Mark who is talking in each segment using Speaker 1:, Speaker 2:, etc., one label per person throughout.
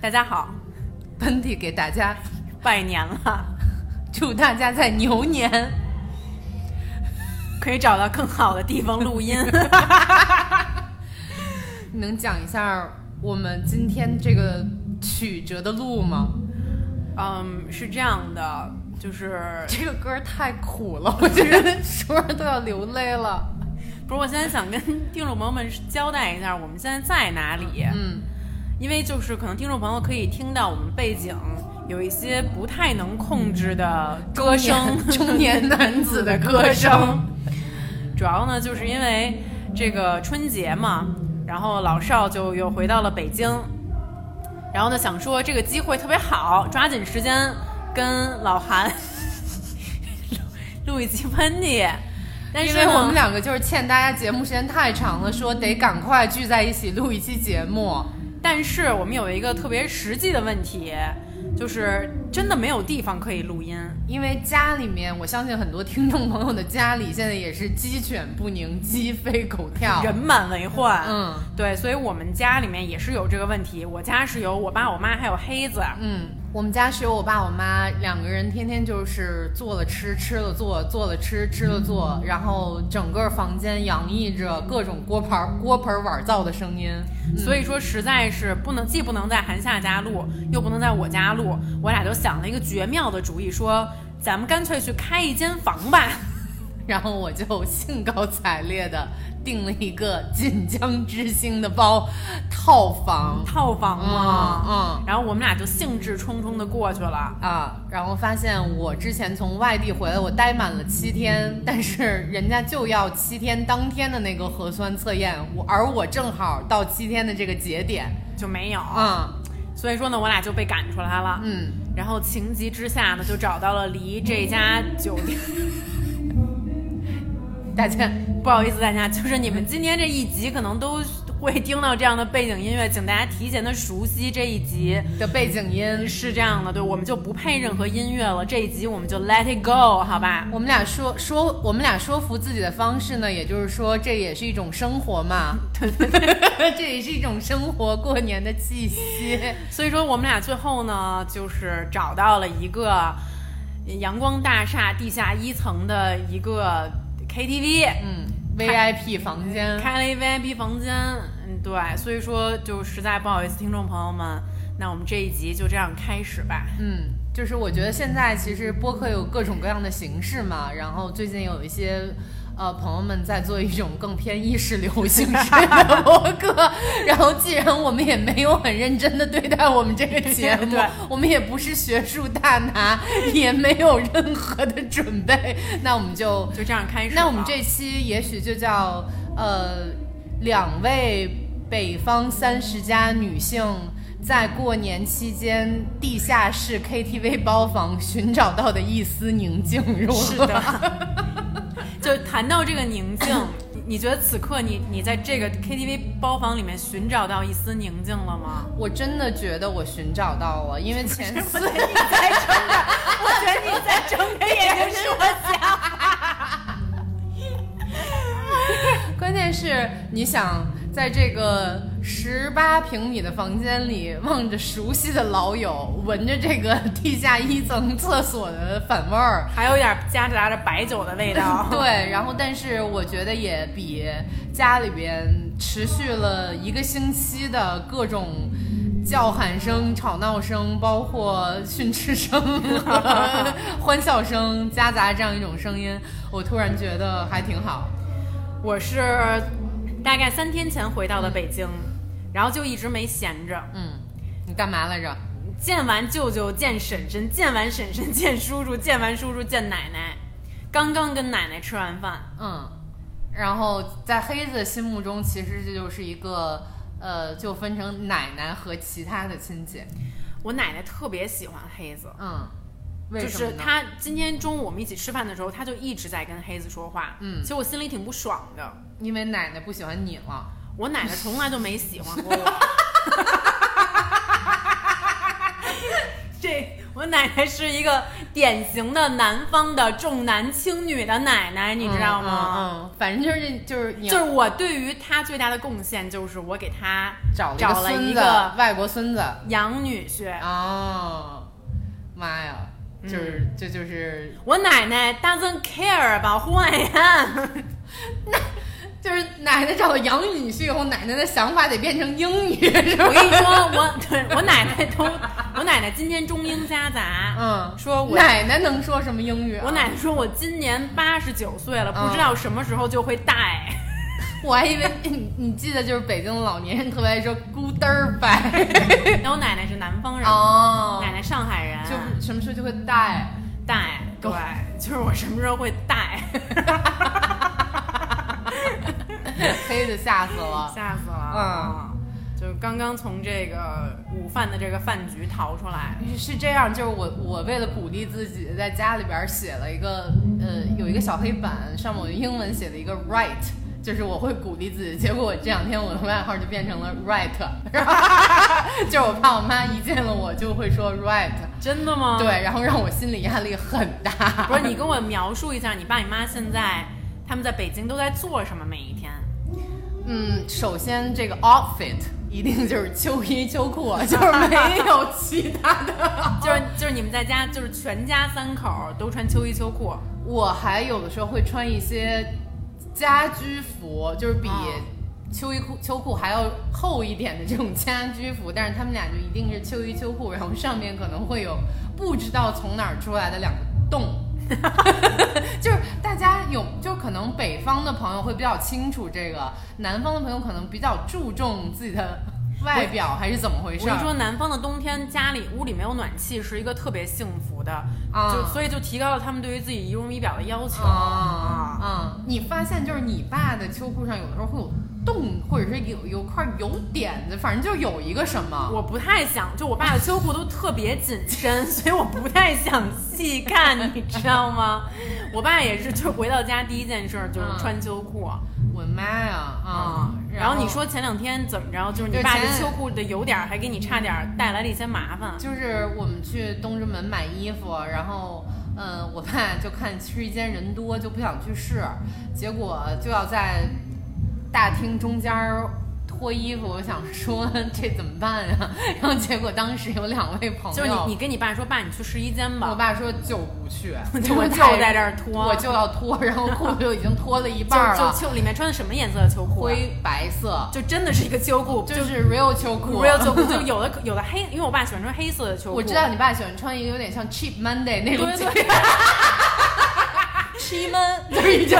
Speaker 1: 大家好，本体给大家
Speaker 2: 拜年 了，
Speaker 1: 祝大家在牛年
Speaker 2: 可以找到更好的地方录音。
Speaker 1: 能讲一下我们今天这个曲折的路吗？
Speaker 2: 嗯，是这样的，就是
Speaker 1: 这个歌儿太苦了， 我觉得说着都要流泪了。
Speaker 2: 不是我现在想跟 听众朋友们交代一下，我们现在在哪里？
Speaker 1: 嗯，
Speaker 2: 因为就是可能听众朋友可以听到我们背景有一些不太能控制的歌声，
Speaker 1: 嗯中年男子 的歌声。
Speaker 2: 主要呢，就是因为这个春节嘛，然后老邵就又回到了北京，然后呢想说这个机会特别好，抓紧时间跟老韩 录录一期喷嚏。但
Speaker 1: 因
Speaker 2: 是
Speaker 1: 为
Speaker 2: 呢
Speaker 1: 我们两个就是欠大家节目时间太长了，说得赶快聚在一起录一期节目。
Speaker 2: 但是我们有一个特别实际的问题，就是真的没有地方可以录音。
Speaker 1: 因为家里面，我相信很多听众朋友的家里现在也是鸡犬不宁、鸡飞狗跳。
Speaker 2: 人满为患，
Speaker 1: 嗯
Speaker 2: 对，所以我们家里面也是有这个问题。我家是有我爸、我妈还有黑子，
Speaker 1: 嗯，我们家是有我爸我妈两个人，天天就是做了吃，吃了做，做了吃，吃了做，然后整个房间洋溢着各种锅盆儿、锅盆儿碗灶的声音。
Speaker 2: 所以说实在是不能，既不能在韩夏家录，又不能在我家录，我俩就想了一个绝妙的主意，说咱们干脆去开一间房吧。
Speaker 1: 然后我就兴高采烈的订了一个锦江之星的包套房
Speaker 2: 套房嘛，
Speaker 1: 嗯嗯
Speaker 2: 然后我们俩就兴致冲冲的过去了。
Speaker 1: 啊，然后发现我之前从外地回来，我待满了七天，但是人家就要七天当天的那个核酸测验，我而我正好到七天的这个节点，
Speaker 2: 就没有，
Speaker 1: 啊，
Speaker 2: 所以说呢，我俩就被赶出来了。
Speaker 1: 嗯，
Speaker 2: 然后情急之下呢，就找到了离这家酒店。
Speaker 1: 大家
Speaker 2: 不好意思，大家，就是你们今天这一集可能都会听到这样的背景音乐，请大家提前的熟悉这一集
Speaker 1: 的背景音，
Speaker 2: 是这样的，对，我们就不配任何音乐了，这一集我们就 let it go，好吧？
Speaker 1: 我们俩说说，我们俩说服自己的方式呢，也就是说，这也是一种生活嘛，这也是一种生活过年的气息。
Speaker 2: 所以说我们俩最后呢，就是找到了一个阳光大厦地下一层的一个 KTV，
Speaker 1: 嗯，VIP 房间，
Speaker 2: 开了一 VIP 房间，嗯，对，所以说就实在不好意思，听众朋友们，那我们这一集就这样开始吧。
Speaker 1: 嗯，就是我觉得现在其实播客有各种各样的形式嘛，然后最近有一些。呃，朋友们在做一种更偏意识流形式的播客，然后既然我们也没有很认真的对待我们这个节目
Speaker 2: 对，
Speaker 1: 我们也不是学术大拿，也没有任何的准备，那我们就
Speaker 2: 就这样开始吧。
Speaker 1: 那我们这期也许就叫呃，两位北方三十加女性在过年期间地下室 KTV 包房寻找到的一丝宁静，如何？
Speaker 2: 是的，就谈到这个宁静，你你觉得此刻你你在这个 KTV 包房里面寻找到一丝宁静了吗？
Speaker 1: 我真的觉得我寻找到了，因为前 四
Speaker 2: 我觉得你在睁着眼睛说瞎。
Speaker 1: 关键是你想在这个十八平米的房间里，望着熟悉的老友，闻着这个地下一层厕所的反味儿，。
Speaker 2: 还有一点夹杂着白酒的味道
Speaker 1: 对，然后但是我觉得也比家里边持续了一个星期的各种叫喊声、吵闹声，包括训 斥声、 欢笑声，夹杂这样一种声音，我突然觉得还挺好。
Speaker 2: 我是大概三天前回到的北京，然后就一直没闲着。
Speaker 1: 嗯，你干嘛来着？
Speaker 2: 见完舅舅，见婶婶，见完婶婶，见叔叔，见完叔叔，见奶奶。刚刚跟奶奶吃完饭，
Speaker 1: 嗯，然后在黑子心目中，其实这就是一个呃，就分成奶奶和其他的亲戚。
Speaker 2: 我奶奶特别喜欢黑子，
Speaker 1: 嗯，为
Speaker 2: 就
Speaker 1: 什么
Speaker 2: 是
Speaker 1: 呢？
Speaker 2: 他今天中午我们一起吃饭的时候，他就一直在跟黑子说话。
Speaker 1: 嗯
Speaker 2: 其实我心里挺不爽的。
Speaker 1: 因为奶奶不喜欢你了。
Speaker 2: 我奶奶从来就没喜欢过 我。这我奶奶是一个典型的南方的重男轻女的奶奶，你知道吗？
Speaker 1: 嗯，嗯嗯反正就是就是你
Speaker 2: 就是我对于她最大的贡献，就是我给她
Speaker 1: 找
Speaker 2: 找
Speaker 1: 了
Speaker 2: 了
Speaker 1: 孙
Speaker 2: 一
Speaker 1: 子
Speaker 2: 个
Speaker 1: 外国孙子。
Speaker 2: 养女婿。
Speaker 1: 哦，妈呀，就是
Speaker 2: 嗯
Speaker 1: 这就是
Speaker 2: 我奶奶 doesn't care about who I am，
Speaker 1: 就是奶奶找养女婿以后，奶奶的想法得变成英语，是吧？
Speaker 2: 我跟你说，我对我奶奶都，我奶奶今天中英夹杂，
Speaker 1: 嗯，
Speaker 2: 说我
Speaker 1: 奶奶能说什么英语、啊？
Speaker 2: 我奶奶说我今年八十九岁了，不知道什么时候就会带。
Speaker 1: 我还以为你你记得就是北京的老年人特别爱说咕嘚儿 白
Speaker 2: 但我奶奶是南方人，
Speaker 1: 哦
Speaker 2: 奶奶上海人， 啊
Speaker 1: 就是什么时候就会带。
Speaker 2: 带，对， 就是我什么时候会带，
Speaker 1: 黑的吓死了。
Speaker 2: 吓死了。嗯，就刚刚从这个午饭的这个饭局逃出来。
Speaker 1: 是这样，就是我我为了鼓励自己，在家里边儿写了一个呃有一个小黑板，上面我用英文写了一个 right，就是我会鼓励自己。结果我这两天我的外号就变成了 right，就是我怕我妈一见了我就会说 right，
Speaker 2: 真的吗？，
Speaker 1: 对，然后让我心理压力很大。
Speaker 2: 不是你跟我描述一下，你爸你妈现在他们在北京都在做什么？每 一天，
Speaker 1: 嗯，首先这个 outfit 一定就是秋衣秋裤啊，就是没有其他的。
Speaker 2: 就是就是你们在家就是全家三口都穿秋衣秋裤。
Speaker 1: 我还有的时候会穿一些家居服，就是比
Speaker 2: 哦
Speaker 1: 秋衣裤秋裤还要厚一点的这种家居服，但是他们俩就一定是秋衣秋裤，然后上面可能会有不知道从哪儿出来的两个洞。 就是大家有，就可能北方的朋友会比较清楚这个，南方的朋友可能比较注重自己的外表还是怎么回
Speaker 2: 我
Speaker 1: 事
Speaker 2: 跟
Speaker 1: 儿
Speaker 2: 你。说，南方的冬天家里屋里没有暖气是一个特别幸福的，
Speaker 1: 啊
Speaker 2: 就所以就提高了他们对于自己仪容仪表的要求。
Speaker 1: 啊啊！你发现就是你爸的秋裤上有的时候会有洞，或者是有有块有点子，反正就有一个什么。
Speaker 2: 我不太想，就我爸的秋裤都特别紧身， 所以我不太想细看，你知道吗？我爸也是，就回到家第一件事儿就是
Speaker 1: 嗯
Speaker 2: 穿秋裤
Speaker 1: 我的妈呀啊！
Speaker 2: 然
Speaker 1: 后
Speaker 2: 后你说前两天怎么着，就是你
Speaker 1: 对
Speaker 2: 爸这
Speaker 1: 前
Speaker 2: 秋裤的有点儿还给你差点儿带来了一些麻烦。
Speaker 1: 就是我们去东直门买衣服，然后嗯，我爸就看试衣间人多，就不想去试，结果就要在大厅中间儿脱衣服。我想说 这怎么办呀？ 然后结果当时有两位朋友，
Speaker 2: 就是你，你跟你爸说，爸，你去试衣间吧。，
Speaker 1: 我爸说就不去
Speaker 2: 就
Speaker 1: 我
Speaker 2: 就在这儿脱
Speaker 1: 我就要脱，然后裤子就已经脱了一
Speaker 2: 就
Speaker 1: 半儿
Speaker 2: 就
Speaker 1: 了，
Speaker 2: 秋里面穿的什么颜色的秋裤啊？
Speaker 1: 灰白色，
Speaker 2: 就真的是一个秋裤，
Speaker 1: 就是 real 秋裤
Speaker 2: real 秋 裤，就有的有的黑，因为我爸喜欢穿黑色的秋裤。
Speaker 1: 我知道你爸喜欢穿一个有点像 cheap Monday 那种，
Speaker 2: 对对七闷，
Speaker 1: 就是一件。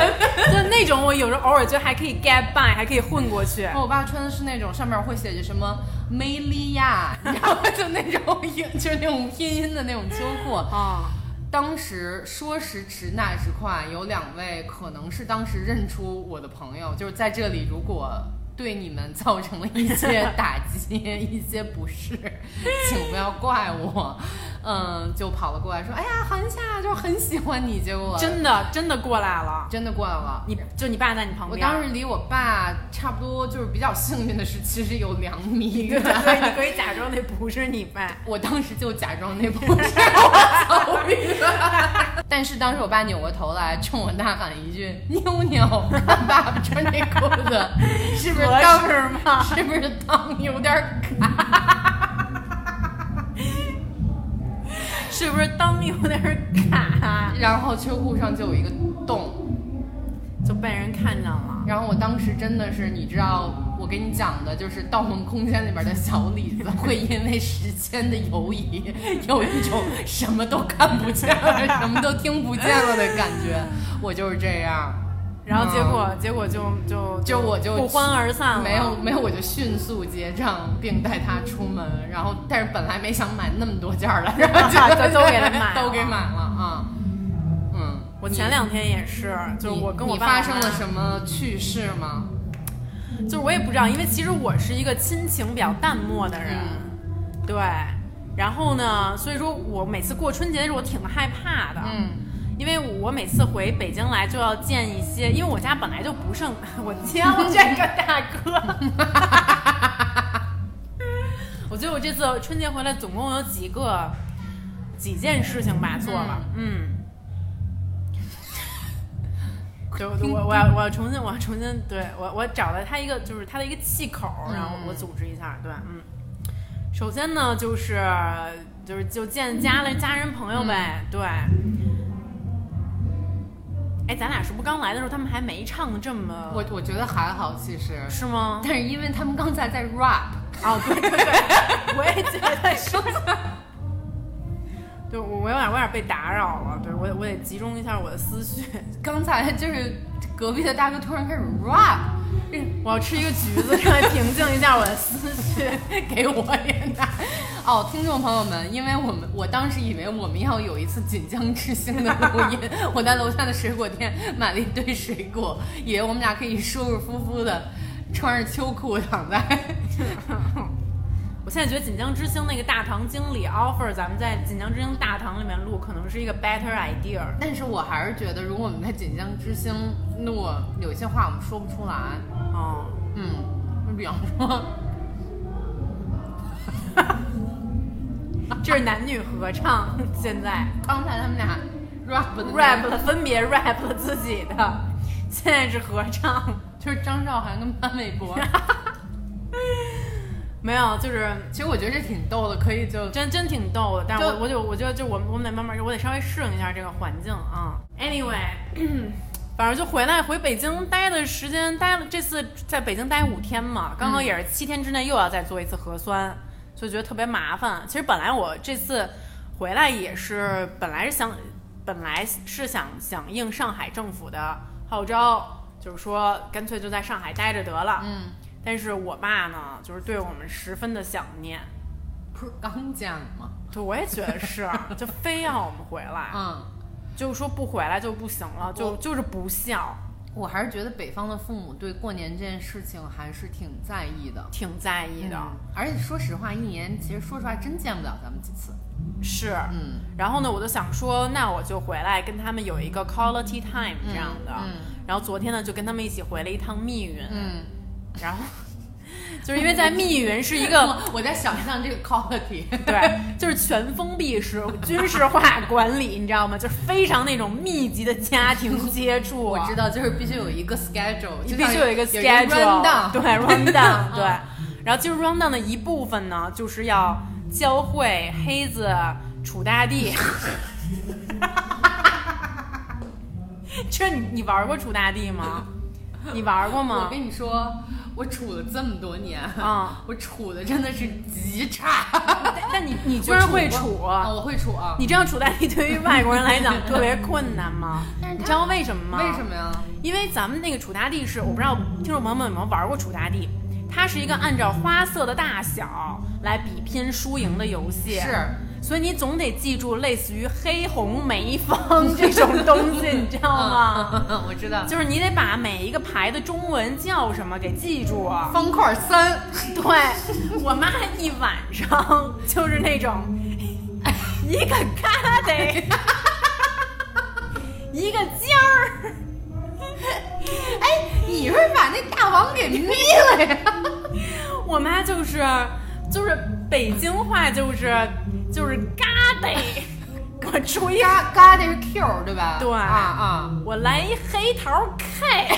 Speaker 2: 就那种我有时候偶尔就还可以 get by，还可以混过去。
Speaker 1: 然后我爸穿的是那种上面会写着什么梅利亚，然后就那种 英，就是那种拼音的那种秋裤。
Speaker 2: 啊、
Speaker 1: 当时说时迟那时快，有两位可能是当时认出我的朋友，就是在这里，如果对你们造成了一些打击、一些不适，请不要怪我。嗯，就跑了过来说：“哎呀，韩夏，就是很喜欢你。”结果
Speaker 2: 真的真的过来了。
Speaker 1: 真的过来了。
Speaker 2: 你就你爸在你旁边，
Speaker 1: 我当时离我爸差不多，就是比较幸运的是，其实有两米
Speaker 2: 对
Speaker 1: 远。
Speaker 2: 对， 你可以假装那不是你爸。
Speaker 1: 我当时就假装那不是我走运了， 但是当时我爸扭过头来冲我大喊一句：“妞妞，看爸爸穿这裤子是不是
Speaker 2: 合
Speaker 1: 裆
Speaker 2: 适吗
Speaker 1: 是不是裆有点卡
Speaker 2: 是不是裆有点儿卡？”，啊
Speaker 1: 然后秋裤上就有一个洞，
Speaker 2: 就被人看见了。
Speaker 1: 然后我当时真的是，你知道我给你讲的就是《盗梦空间》里边的小李子会因为时间的游移，有一种什么都看不见了、什么都听不见了的感觉。我就是这样。
Speaker 2: 然后结果、结果就就
Speaker 1: 嗯就我就
Speaker 2: 不欢而散了。
Speaker 1: 没有没有，我就迅速结账，并带他出门。然后，但是本来没想买那么多件儿了，然后 就
Speaker 2: 都给他买了
Speaker 1: 都给买了啊。嗯，
Speaker 2: 我
Speaker 1: 你
Speaker 2: 前两天也是，就是
Speaker 1: 你
Speaker 2: 我跟我
Speaker 1: 你
Speaker 2: 爸
Speaker 1: 发生了
Speaker 2: 么？
Speaker 1: 什么趣事吗？
Speaker 2: 就是我也不知道，因为其实我是一个亲情比较淡漠的人，
Speaker 1: 嗯
Speaker 2: 对。然后呢，所以说我每次过春节的时候，我挺害怕的，，
Speaker 1: 嗯，
Speaker 2: 因为我每次回北京来就要见一些，因为我家本来就不剩， 我见我这个大哥。我觉得我这次春节回来总共有几个几件事情吧做了，嗯。嗯 就我我要我要重新我要重新对我我找了他一个就是他的一个气口，然后我组织一下，对，嗯。首先呢，就是就是就见家了家人朋友呗，对。哎，咱俩是不是刚来的时候他们还没唱的这么
Speaker 1: 我我觉得还好，其实，
Speaker 2: 是 吗？
Speaker 1: 但是因为他们刚才在 rap，
Speaker 2: 哦，对对对，我也觉得是。对，我我有点我有点被打扰了，对我得我得集中一下我的思绪。
Speaker 1: 刚才就是隔壁的大哥突然开始 rap，
Speaker 2: 我要吃一个橘子，让它平静一下我的思绪。
Speaker 1: 给我也拿。哦，听众朋友们，因为我们我当时以为我们要有一次锦江之星的录音，我在楼下的水果店买了一堆水果，以为我们俩可以舒舒服服的穿着秋裤躺在。
Speaker 2: 我现在觉得锦江之星那个大堂经理 offer 咱们在锦江之星大堂里面录，可能是一个 better idea。
Speaker 1: 但是我还是觉得，如果我们在锦江之星录，有些话我们说不出来。
Speaker 2: 哦，
Speaker 1: 嗯，比方说，
Speaker 2: 这是男女合唱，现在
Speaker 1: 刚才他们俩 rap 的那个
Speaker 2: rap 了，分别 rap 了自己的，现在是合唱。
Speaker 1: 就是张韶涵跟潘玮柏。
Speaker 2: 没有，就是
Speaker 1: 其实我觉得这挺逗的，可以就
Speaker 2: 真真挺逗的，但是我
Speaker 1: 就
Speaker 2: 我就我觉得就我们我们得慢慢，我得稍微适应一下这个环境啊。Anyway，反正就回来回北京待的时间，待了这次在北京待五天嘛，刚好
Speaker 1: 嗯
Speaker 2: 也是七天之内又要再做一次核酸，所以觉得特别麻烦。其实本来我这次回来也是本来是想本来是想响应上海政府的号召，就是说干脆就在上海待着得了。
Speaker 1: 嗯，
Speaker 2: 但是我爸呢，就是对我们十分的想念。
Speaker 1: 不是刚讲吗？
Speaker 2: 对，我也觉得是，就非要我们回来，
Speaker 1: 嗯，
Speaker 2: 就说不回来就不行了，就
Speaker 1: 我
Speaker 2: 就是不孝，
Speaker 1: 我还是觉得北方的父母对过年这件事情还是挺在意的。
Speaker 2: 挺在意的。
Speaker 1: 嗯而且说实话，一年其实说实话真见不了咱们几次。
Speaker 2: 是，
Speaker 1: 嗯，
Speaker 2: 然后呢，我就想说，那我就回来跟他们有一个 quality time 这样的。
Speaker 1: 嗯
Speaker 2: 然后昨天呢，就跟他们一起回了一趟密云，
Speaker 1: 嗯，
Speaker 2: 然后就是因为在密云 是一 个。
Speaker 1: 我我在想象这个 quality，
Speaker 2: 对，就是全封闭式、军事化管理，你知道吗？就是非常那种密集的家庭接触。啊
Speaker 1: 我知道，就是必须有一个 schedule，
Speaker 2: 你
Speaker 1: 就
Speaker 2: 必
Speaker 1: 像
Speaker 2: 须有一个
Speaker 1: 有
Speaker 2: schedule，
Speaker 1: run down，
Speaker 2: 对 run
Speaker 1: 嗯
Speaker 2: down，对。然后就是 run down 的一部分呢，就是要教会黑子楚大 帝。这你你玩过楚大帝吗？你玩过
Speaker 1: 我
Speaker 2: 吗？
Speaker 1: 跟你说，我处了这么多年，
Speaker 2: 啊
Speaker 1: 我处的真的是极差。
Speaker 2: 但但你 你居然会
Speaker 1: 处
Speaker 2: 楚
Speaker 1: 过，啊我会处啊。
Speaker 2: 你知道楚大帝对于外国人来讲特别困难吗？
Speaker 1: 但是他
Speaker 2: 你知道为什么吗？
Speaker 1: 为什？么呀？
Speaker 2: 因为咱们那个楚大帝是，我不知道听众朋友们有没有玩过楚大帝，它是一个按照花色的大小来比拼输赢的游戏。
Speaker 1: 是。
Speaker 2: 所以你总得记住类似于黑红梅方这种东西，你知道吗？
Speaker 1: 嗯嗯，我知道。
Speaker 2: 就是你得把每一个牌的中文叫什么给记住。
Speaker 1: 方块三，
Speaker 2: 对我妈一晚上就是那种一个嘎得， 一个尖儿。
Speaker 1: 哎，你是把那大王给灭了 呀？
Speaker 2: 我妈就是就是北京话就是就是嘎得，我出一
Speaker 1: 嘎嘎的是 Q 对吧？
Speaker 2: 对
Speaker 1: 啊啊，
Speaker 2: 我来一黑桃 K，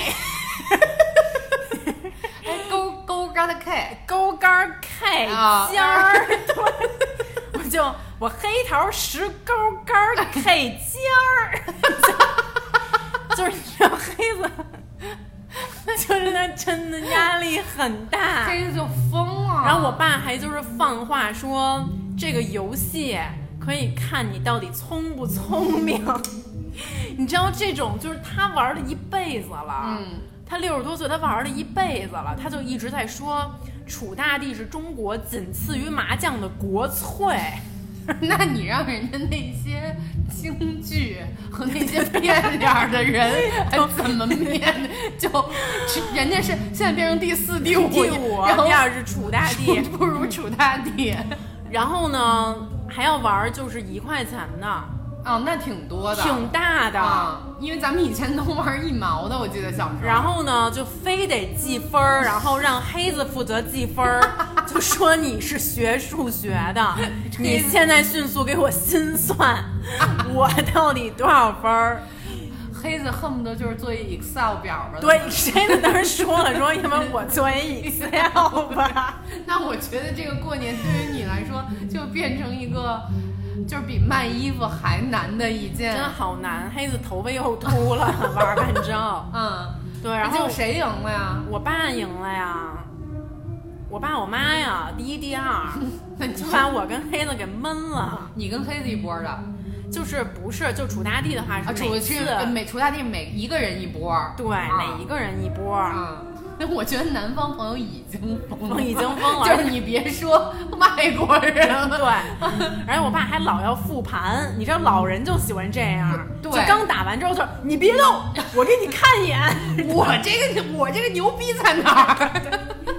Speaker 1: 哎，勾勾嘎的 K，
Speaker 2: 勾杆 K
Speaker 1: 啊
Speaker 2: 尖儿，对，我就我黑桃十勾杆 K 尖儿， 就是你知道黑子。 就是他真的压力很大，
Speaker 1: 这个就疯了。
Speaker 2: 啊然后我爸还就是放话说，这个游戏可以看你到底聪不聪明。 你知道这种就是他玩了一辈子了，
Speaker 1: 嗯，
Speaker 2: 他六十多岁，他玩了一辈子了，他就一直在说楚大帝是中国仅次于麻将的国粹。
Speaker 1: 那你让人家那些京剧和那些变脸儿 的人还怎么面？就人家是现在变成第四、第五，
Speaker 2: 第五
Speaker 1: 然后
Speaker 2: 要是楚大帝，
Speaker 1: 不如楚大帝
Speaker 2: 然后呢还要玩就是一块钱的。
Speaker 1: 啊，那挺多的，
Speaker 2: 挺大的。
Speaker 1: 啊，因为咱们以前都玩一毛的，我记得小时候。
Speaker 2: 然后呢，就非得记分儿，然后让黑子负责记分儿，就说你是学数学的，你现在迅速给我心算，我到底多少分儿？
Speaker 1: 黑子恨不得就是做一 Excel 表吧。
Speaker 2: 对，谁在那儿说了说，要不然我做一 Excel 吧。
Speaker 1: 那我觉得这个过年对于你来说，就变成一个，就是比卖衣服还难的一件
Speaker 2: 真。好难，黑子头发又秃了，玩半照。
Speaker 1: 嗯，
Speaker 2: 对，然后
Speaker 1: 那就谁赢了呀？
Speaker 2: 我爸赢了呀，我爸我妈呀，第一第二，
Speaker 1: 那你
Speaker 2: 就
Speaker 1: 就
Speaker 2: 把我跟黑子给闷了。
Speaker 1: 你跟黑子一波的啊，
Speaker 2: 就是不是就楚大帝的话是
Speaker 1: 楚
Speaker 2: 每次、
Speaker 1: 是呃每楚大帝每一个人一波。
Speaker 2: 对、每一个人一波，
Speaker 1: 啊，那我觉得南方朋友已经疯了，
Speaker 2: 已经疯了
Speaker 1: 就是你别说外国人
Speaker 2: 对
Speaker 1: 了，，
Speaker 2: 而且我爸还老要复盘，你知道老人就喜欢这样，
Speaker 1: 对
Speaker 2: 就刚打完之后就你别动，我给你看一眼，
Speaker 1: 我这个我这个牛逼在哪儿？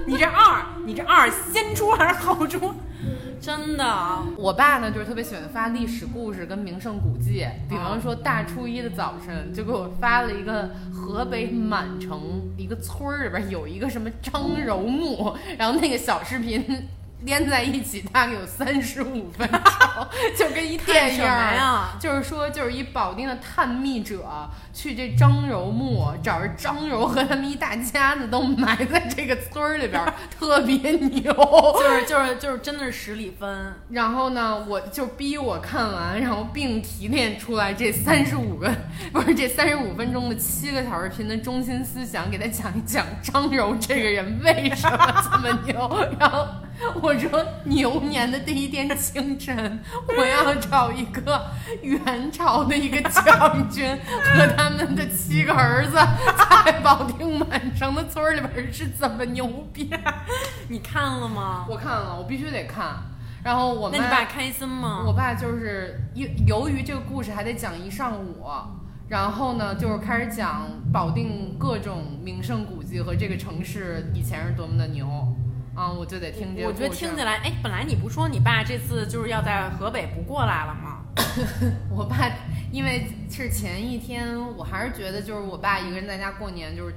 Speaker 2: 你这二，你这二先出还是后出？ 真的，
Speaker 1: 我爸呢，就是特别喜欢发历史故事跟名胜古迹，比
Speaker 2: 啊
Speaker 1: 方说大初一的早晨，就给我发了一个河北满城一个村儿里边有一个什么张柔墓，然后那个小视频连在一起大概有三十五分钟， 就跟一电影
Speaker 2: 看什么
Speaker 1: 儿
Speaker 2: 呀
Speaker 1: 就是说，就是一保定的探秘者去这张柔墓找着张柔和他们一大家子都埋在这个村儿里边儿，特别牛，
Speaker 2: 就是就是就是真的是十里分，
Speaker 1: 然后呢，我就逼我看完，然后并提炼出来这三十五个， 不是这三十五分钟的七个小视频的中心思想，给他讲一讲张柔这个人为什么这么牛。然后我说牛年的第一天清晨，我要找一个元朝的一个将军和他们的七个儿子，在保定满城的村儿里边是怎么牛逼。
Speaker 2: 你看了吗？
Speaker 1: 我看了，我必须得看。然后我
Speaker 2: 那
Speaker 1: 们
Speaker 2: 你爸开心吗？
Speaker 1: 我爸就是由由于这个故事还得讲一上午，然后呢，就是开始讲保定各种名胜古迹和这个城市以前是多么的牛，啊，我就得听这个
Speaker 2: 我
Speaker 1: 故事。
Speaker 2: 觉得听起来，哎，本来你不说你爸这次就是要在河北不过来了吗？
Speaker 1: 我爸因为是前一天，我还是觉得就是我爸一个人在家过年，就是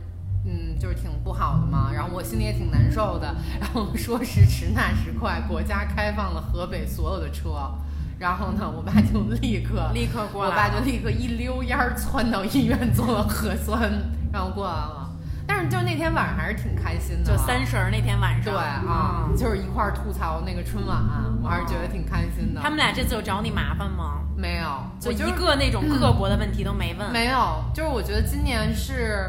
Speaker 1: 嗯，就是挺不好的嘛。然后我心里也挺难受的。然后说时迟那时快，国家开放了河北所有的车，然后呢，我爸就立刻
Speaker 2: 立刻过来
Speaker 1: 我爸就立刻一溜烟儿窜到医院做了核酸，然后过来了。但是就那天晚上还是挺开心的
Speaker 2: 就
Speaker 1: 啊，
Speaker 2: 三十儿那天晚上。
Speaker 1: 对啊，
Speaker 2: 嗯
Speaker 1: 就是一块儿吐槽那个春晚，我还是觉得挺开心的。
Speaker 2: 他们俩这次有找你麻烦吗？
Speaker 1: 没有，
Speaker 2: 就
Speaker 1: 我
Speaker 2: 一
Speaker 1: 就是嗯
Speaker 2: 个那种刻薄的问题都没问。
Speaker 1: 没有，就是我觉得今年是，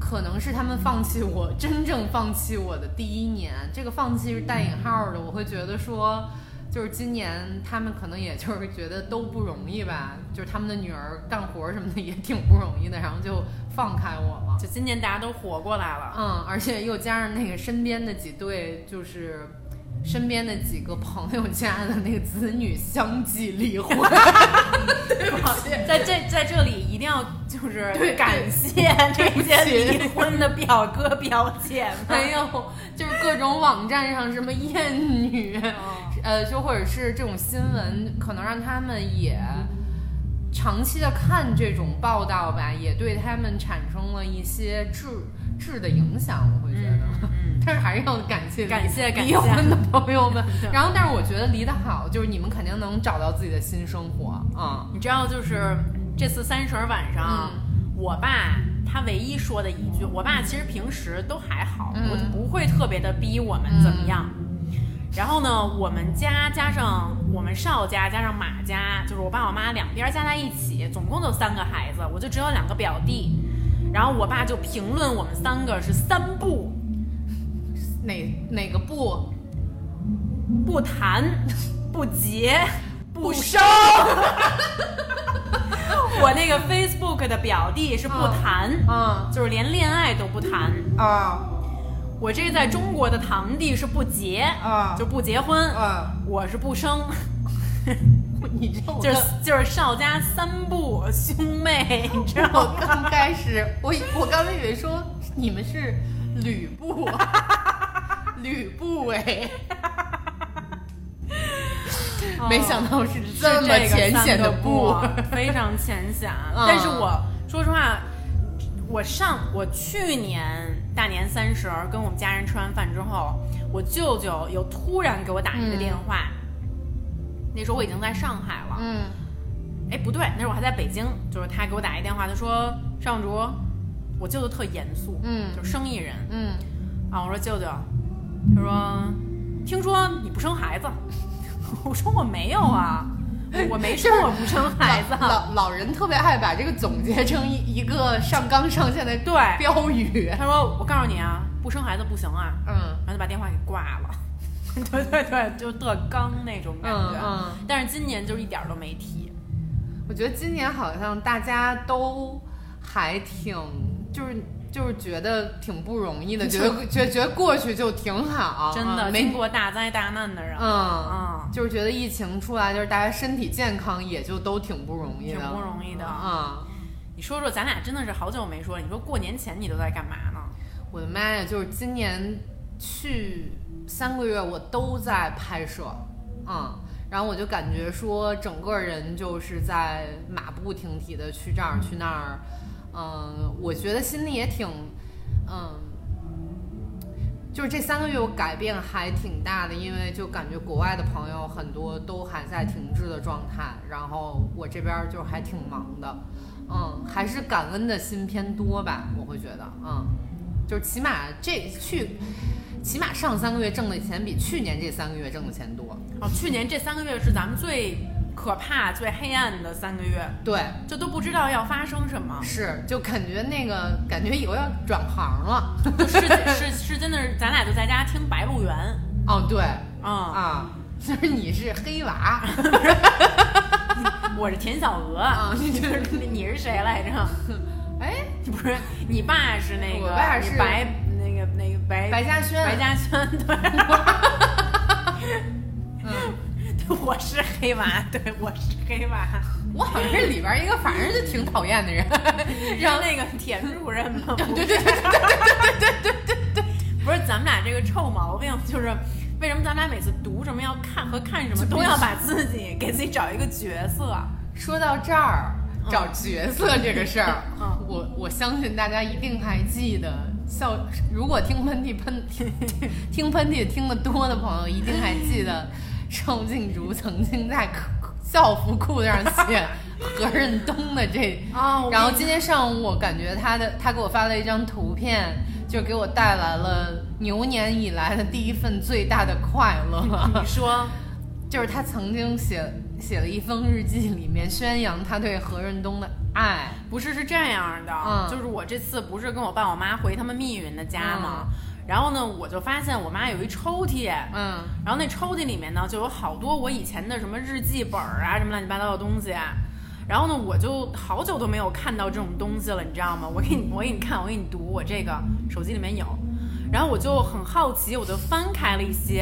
Speaker 1: 可能是他们放弃我，真正放弃我的第一年。这个放弃是带引号的，我会觉得说，就是今年他们可能也就是觉得都不容易吧， 就是他们的女儿干活什么的也挺不容易的，然后就放开我了。
Speaker 2: 就今年大家都活过来了。
Speaker 1: 嗯，而且又加上那个身边的几对，就是身边的几个朋友家的那个子女相继离婚。
Speaker 2: 在这在这里一定要就是
Speaker 1: 对
Speaker 2: 感谢这些离婚的表哥表姐
Speaker 1: 还
Speaker 2: 们，
Speaker 1: 有就是各种网站上什么艳女，
Speaker 2: 嗯
Speaker 1: 呃，就或者是这种新闻，可能让他们也长期的看这种报道吧，也对他们产生了一些质质的影响，我会觉
Speaker 2: 嗯
Speaker 1: 得。 但是还是要感谢离
Speaker 2: 感谢感谢
Speaker 1: 离婚的朋友们
Speaker 2: 对。
Speaker 1: 然后，但是我觉得离得好，就是你们肯定能找到自己的新生活啊、
Speaker 2: 你知道就是这次三十儿晚上，我爸他唯一说的一句，我爸其实平时都还好，
Speaker 1: 嗯
Speaker 2: 我就不会特别的逼我们怎么样。然后呢，我们家加上我们少家加上马家，就是我爸我妈两边儿加在一起，总共就三个孩子，我就只有两个表弟。然后我爸就评论我们三个是三不
Speaker 1: 哪哪个不
Speaker 2: 不谈、 不结、不收。我那个 Facebook 的表弟是不谈，
Speaker 1: 啊
Speaker 2: 就是连恋爱都不谈。
Speaker 1: 啊
Speaker 2: 我这在中国的堂弟是不结，
Speaker 1: 啊
Speaker 2: 就不结婚。
Speaker 1: 啊！
Speaker 2: 我是不生，
Speaker 1: 你这我
Speaker 2: 就是就是少家三不兄妹，你知道吗？
Speaker 1: 我刚开始，我以我刚以为说你们是吕布，啊哎吕不韦。 没想到是
Speaker 2: 哦是
Speaker 1: 哦这么
Speaker 2: 个
Speaker 1: 浅显的
Speaker 2: 散个
Speaker 1: 布啊
Speaker 2: 步，非常浅显。啊
Speaker 1: 嗯
Speaker 2: 但是我说实话，我上我去年大年三十儿跟我们家人吃完饭之后，我舅舅有突然给我打
Speaker 1: 嗯
Speaker 2: 一个电话，那时候我已经在上海了，
Speaker 1: 嗯
Speaker 2: 哎，不对，那时候我还在北京，就是他给我打一电话，他说尚竹，我舅舅特严肃，
Speaker 1: 嗯
Speaker 2: 就是生意人
Speaker 1: 嗯，
Speaker 2: 啊。我说舅舅，他说听说你不生孩子， 我说我没有啊，我没说我不生孩子。
Speaker 1: 老老老人特别爱把这个总结成一一个上纲上线的
Speaker 2: 对，
Speaker 1: 标语。
Speaker 2: 他说我告诉你啊，不生孩子不行啊，
Speaker 1: 嗯
Speaker 2: 然后就把电话给挂了。 对对对，就特刚那种感
Speaker 1: 嗯
Speaker 2: 觉。
Speaker 1: 嗯，
Speaker 2: 但是今年就是一点儿都没提。
Speaker 1: 我觉得今年好像大家都还挺，就是就是觉得挺不容易的，觉得觉得觉得过去就挺好，
Speaker 2: 真的，
Speaker 1: 嗯
Speaker 2: 经
Speaker 1: 没
Speaker 2: 过大灾大难的人，
Speaker 1: 嗯。
Speaker 2: 嗯，
Speaker 1: 就是觉得疫情出来，就是大家身体健康也就都挺不容易
Speaker 2: 挺
Speaker 1: 的，
Speaker 2: 不容易的。
Speaker 1: 啊、
Speaker 2: 你说说，咱俩真的是好久没说了。你说过年前你都在干嘛呢？
Speaker 1: 我的妈呀，就是今年去三个月我都在拍摄，嗯，然后我就感觉说整个人就是在马不停蹄的去这儿去那儿，嗯，我觉得心里也挺，嗯。就是这三个月我改变还挺大的，因为就感觉国外的朋友很多都还在停滞的状态，然后我这边儿就还挺忙的，嗯，还是感恩的心偏多吧，我会觉得，嗯，就是起码这去，起码上三个月挣的钱比去年这三个月挣的钱多，
Speaker 2: 哦，去年这三个月是咱们最可怕、最黑暗的三个月，
Speaker 1: 对，。
Speaker 2: 就都不知道要发生什么
Speaker 1: 是，就感觉那个感觉以后要转行了，
Speaker 2: 就是是是，真的是，咱俩就在家听《白鹿原》
Speaker 1: 哦，对，
Speaker 2: 啊，
Speaker 1: 啊，就是你是黑娃，
Speaker 2: 我是田小娥
Speaker 1: 啊
Speaker 2: 你就是 你是谁来着？
Speaker 1: 哎，
Speaker 2: 你不是你爸是那个，
Speaker 1: 我爸
Speaker 2: 你
Speaker 1: 是
Speaker 2: 白那个那个白
Speaker 1: 白嘉轩，
Speaker 2: 白嘉轩，对，
Speaker 1: 嗯。
Speaker 2: 对我是黑娃，对我是黑娃。
Speaker 1: 我好像是里边儿一个，反正就挺讨厌的人。
Speaker 2: 让那个铁主任吗？ 对
Speaker 1: 对对对对
Speaker 2: 不是咱们俩这个臭毛病，就是为什么咱俩每次读什么要看和看什么，
Speaker 1: 就
Speaker 2: 都
Speaker 1: 必须
Speaker 2: 要把自己给自己找一个角色。
Speaker 1: 说到这儿，找角色这个事儿，
Speaker 2: 嗯
Speaker 1: 我我相信大家一定还记得。笑，如果听喷嚏喷 听喷嚏听得多的朋友，一定还记得 邵静竹曾经在裤校服裤子上 写何润东的这
Speaker 2: 啊我
Speaker 1: 然后
Speaker 2: 跟你
Speaker 1: 今天上午我感觉他的他给我发了一张图片，就给我带来了牛年以来的第一份最大的快乐。
Speaker 2: 你说，
Speaker 1: 就是他曾经写写了一封日记，里面宣扬他对何润东的爱。
Speaker 2: 不是是这样的，
Speaker 1: 嗯
Speaker 2: 就是我这次不是跟我爸我妈回他们密云的家吗？然后呢，我就发现我妈有一抽屉，
Speaker 1: 嗯
Speaker 2: 然后那抽屉里面呢，就有好多我以前的什么日记本儿啊，什么乱七八糟的东西。然后呢，我就好久都没有看到这种东西了，你知道吗？我给你，我给你看，我给你读，我这个手机里面有。然后我就很好奇，我就翻开了一些，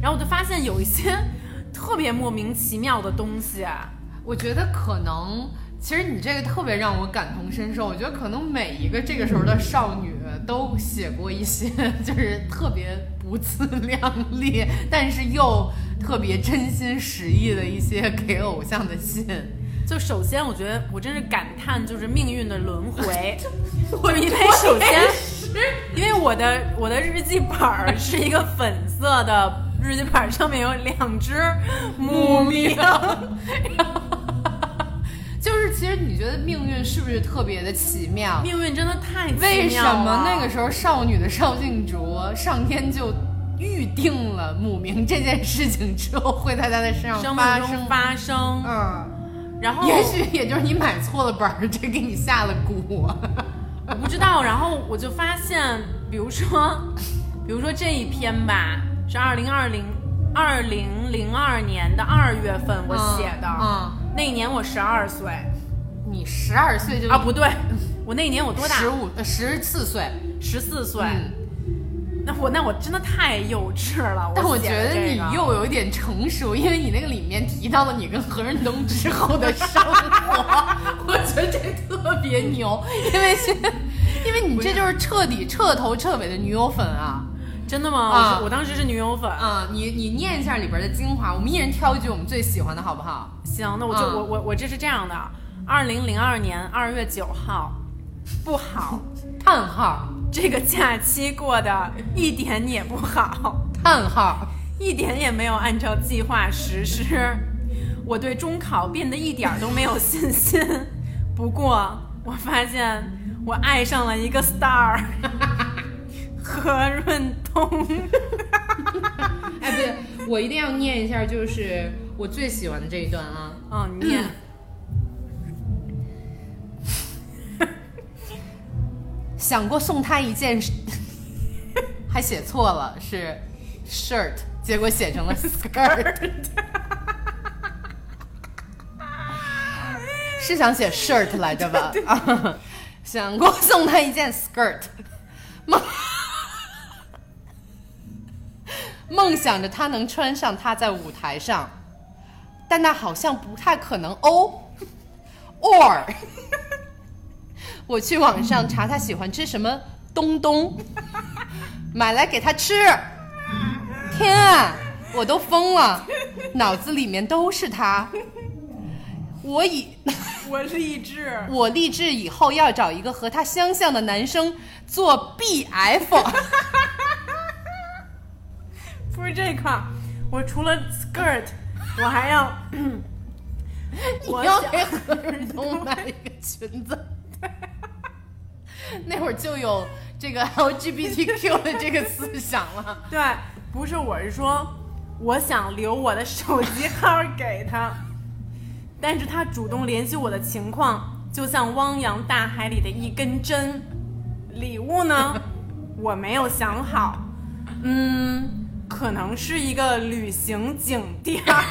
Speaker 2: 然后我就发现有一些 特别莫名其妙的东西。啊
Speaker 1: 我觉得可能，其实你这个特别让我感同身受。我觉得可能每一个这个时候的少女都写过一些， 就是特别不自量力，但是又特别真心实意的一些给偶像的信。
Speaker 2: 就首先，我觉得我真是感叹，就是命运的轮 回。我因为首先，因为我的我的日记本儿是一个粉色的日记本，儿，上面有两只母 喵。
Speaker 1: 就是其实你觉得命运是不是特别的奇妙？
Speaker 2: 命运真的太奇妙了
Speaker 1: 为什么那个时候少女的邵静竹上天就预定了母明这件事情之后会在她的身上
Speaker 2: 生
Speaker 1: 发
Speaker 2: 命
Speaker 1: 生
Speaker 2: 中？发生？
Speaker 1: 嗯，
Speaker 2: 然后
Speaker 1: 也许也就是你买错了本儿，这给你下了蛊。啊
Speaker 2: 我不知道，然后我就发现，比如说，比如说这一篇吧，是二零二零二零零二年的二月份我写的，
Speaker 1: 嗯
Speaker 2: 那一年我十二岁
Speaker 1: 你十二岁就
Speaker 2: 啊，不对，我那一年我多大？
Speaker 1: 十五呃十四岁，
Speaker 2: 十四岁。
Speaker 1: 嗯，
Speaker 2: 那我那我真的太幼稚了，
Speaker 1: 但我
Speaker 2: 写
Speaker 1: 觉
Speaker 2: 的
Speaker 1: 得
Speaker 2: 这
Speaker 1: 你
Speaker 2: 个
Speaker 1: 又有一点成熟，因为你那个里面提到了你跟何润东之后的生活， 我觉得这特别牛，因为现因为你这就是彻底彻头彻尾的女友粉啊。
Speaker 2: 真的吗？我
Speaker 1: 啊
Speaker 2: 是我当时是女友粉。
Speaker 1: 啊、你你念一下里边的精华，我们一人挑一句我们最喜欢的好不好？
Speaker 2: 行，那我就、
Speaker 1: 嗯
Speaker 2: 我我我这是这样的，二零零二年二月九号，不好，
Speaker 1: 叹号，
Speaker 2: 这个假期过得一点也不好。
Speaker 1: 叹号，
Speaker 2: 一点也没有按照计划实施。我对中考变得一点儿都没有信心。不过，我发现我爱上了一个 star，何润东。
Speaker 1: 哎，不对，我一定要念一下，就是我最喜欢的这一段啊。
Speaker 2: 嗯，你念。
Speaker 1: 想过送他一件， 还写错了，是 shirt，结果写成了 skirt。是想写 shirt 来着吧？啊想过送他一件 skirt，梦梦想着他能穿上它在舞台上，但那好像不太可能哦。or 我去网上查他喜欢吃什么东东，买来给他吃。天啊，我都疯了，脑子里面都是他。我以。
Speaker 2: 我励志
Speaker 1: 我立志以后要找一个和他相像的男生做 BF。
Speaker 2: 不是这个，我除了 skirt，我还要。
Speaker 1: 你
Speaker 2: 我
Speaker 1: 要
Speaker 2: 想
Speaker 1: 给何润东买一个裙子。那会儿就有这个 LGBTQ 的这个思想了。
Speaker 2: 对，不是，我是说，我想留我的手机号给他，但是他主动联系我的情况，就像汪洋大海里的一根针。礼物呢， 我没有想好，嗯，可能是一个旅行景点儿。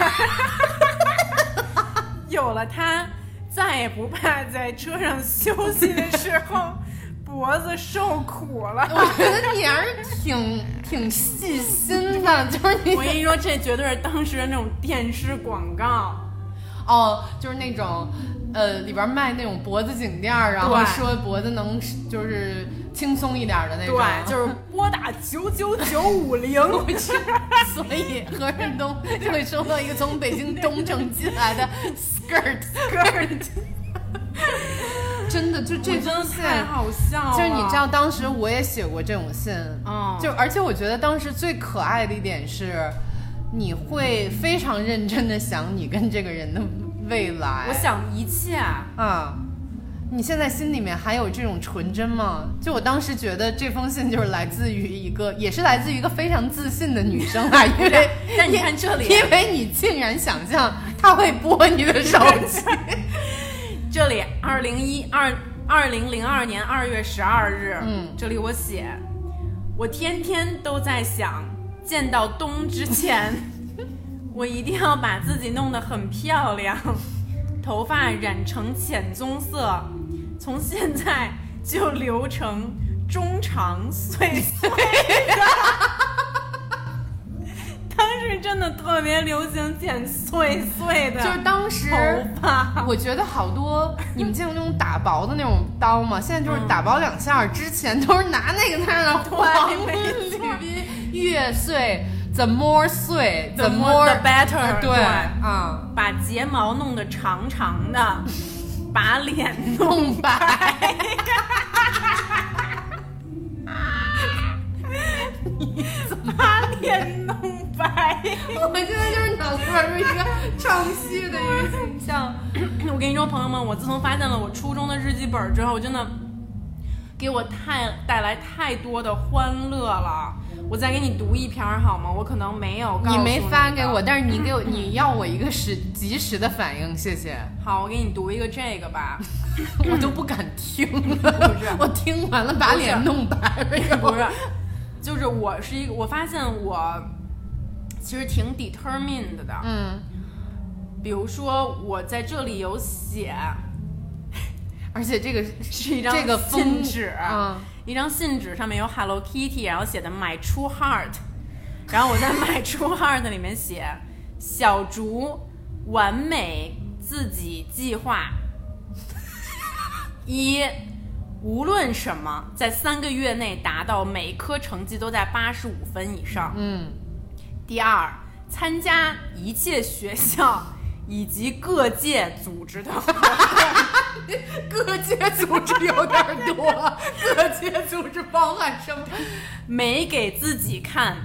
Speaker 2: 有了它，再也不怕在车上休息的时候脖子受苦了。
Speaker 1: 我觉得你还是挺挺细 心的，就是你
Speaker 2: 我跟你说，这绝对是当时的那种电视广告。
Speaker 1: 哦，就是那种呃里边卖那种脖子颈垫儿，然后
Speaker 2: 对
Speaker 1: 说脖子能就是轻松一点儿的那种。
Speaker 2: 对，就是拨打九九九五零。
Speaker 1: 所以何润东就会收到一个从北京东城寄来的 skirt，真的就
Speaker 2: 这
Speaker 1: 这
Speaker 2: 真
Speaker 1: 封
Speaker 2: 的
Speaker 1: 信。
Speaker 2: 太好笑了。
Speaker 1: 就是你知道，，当时我也写过这种信，
Speaker 2: 嗯
Speaker 1: 就而且我觉得当时最可爱的一点是，你会非常认真的想你跟这个人的未来。
Speaker 2: 我想一切。
Speaker 1: 啊，你现在心里面还有这种纯真吗？就我当时觉得这封信就是来自于一个，也是来自于一个非常自信的女生 啊，因为
Speaker 2: 但你看这里，
Speaker 1: 因为你竟然想象她会拨你的手 机，
Speaker 2: 这里二零一二二零零二年二月十二日，
Speaker 1: 嗯
Speaker 2: 这里我写，我天天都在想，见到冬之 前，我一定要把自己弄得很漂亮，头发染成浅棕色，从现在就留成中长碎 碎的。当时真的特别流行剪碎碎的，
Speaker 1: 就是当时。
Speaker 2: 啊头发。
Speaker 1: 我觉得好多你们见过那种打薄的那种刀吗？现在
Speaker 2: 嗯
Speaker 1: 就是打薄两下儿，之前都是拿那个在那儿晃，
Speaker 2: 对没错
Speaker 1: 越碎怎么碎
Speaker 2: The
Speaker 1: 怎
Speaker 2: more
Speaker 1: 么
Speaker 2: the better，
Speaker 1: 对
Speaker 2: 对
Speaker 1: 啊，
Speaker 2: 把睫毛弄得长长的，把脸弄
Speaker 1: 空白。
Speaker 2: 把脸弄白。
Speaker 1: 我现在就是脑子里边儿一个唱戏的一个形象。
Speaker 2: 我跟你说，朋友们，我自从发现了我初中的日记本之后，我真的给我太带来太多的欢乐了。我再给你读一篇儿好吗？我可能没有告诉 你
Speaker 1: 你没发给
Speaker 2: 的
Speaker 1: 我，但是你给我，你要我一个时及时的反应，谢谢。
Speaker 2: 好，我给你读一个这个吧。
Speaker 1: 我都不敢听 了
Speaker 2: 不是，
Speaker 1: 我听完了把脸弄白了。
Speaker 2: 不是，就是我是一个，我发现我其实挺 determined 的。
Speaker 1: 嗯，
Speaker 2: 比如说，我在这里有写
Speaker 1: 而且 这个
Speaker 2: 是一张
Speaker 1: 这个
Speaker 2: 信
Speaker 1: 封
Speaker 2: 纸，
Speaker 1: 啊，
Speaker 2: 一张信纸上面有 Hello Kitty，然后写的 My True Heart，然后我在 My True Heart 里面写小竹完美自己计划一，无论什么，在三个月内达到每科成绩都在八十五分以上。
Speaker 1: 嗯，
Speaker 2: 第二，参加一切学校 以及各界组织的 活动。
Speaker 1: 各界 组织有点多， 各界组织包含什么？
Speaker 2: 没给自己看，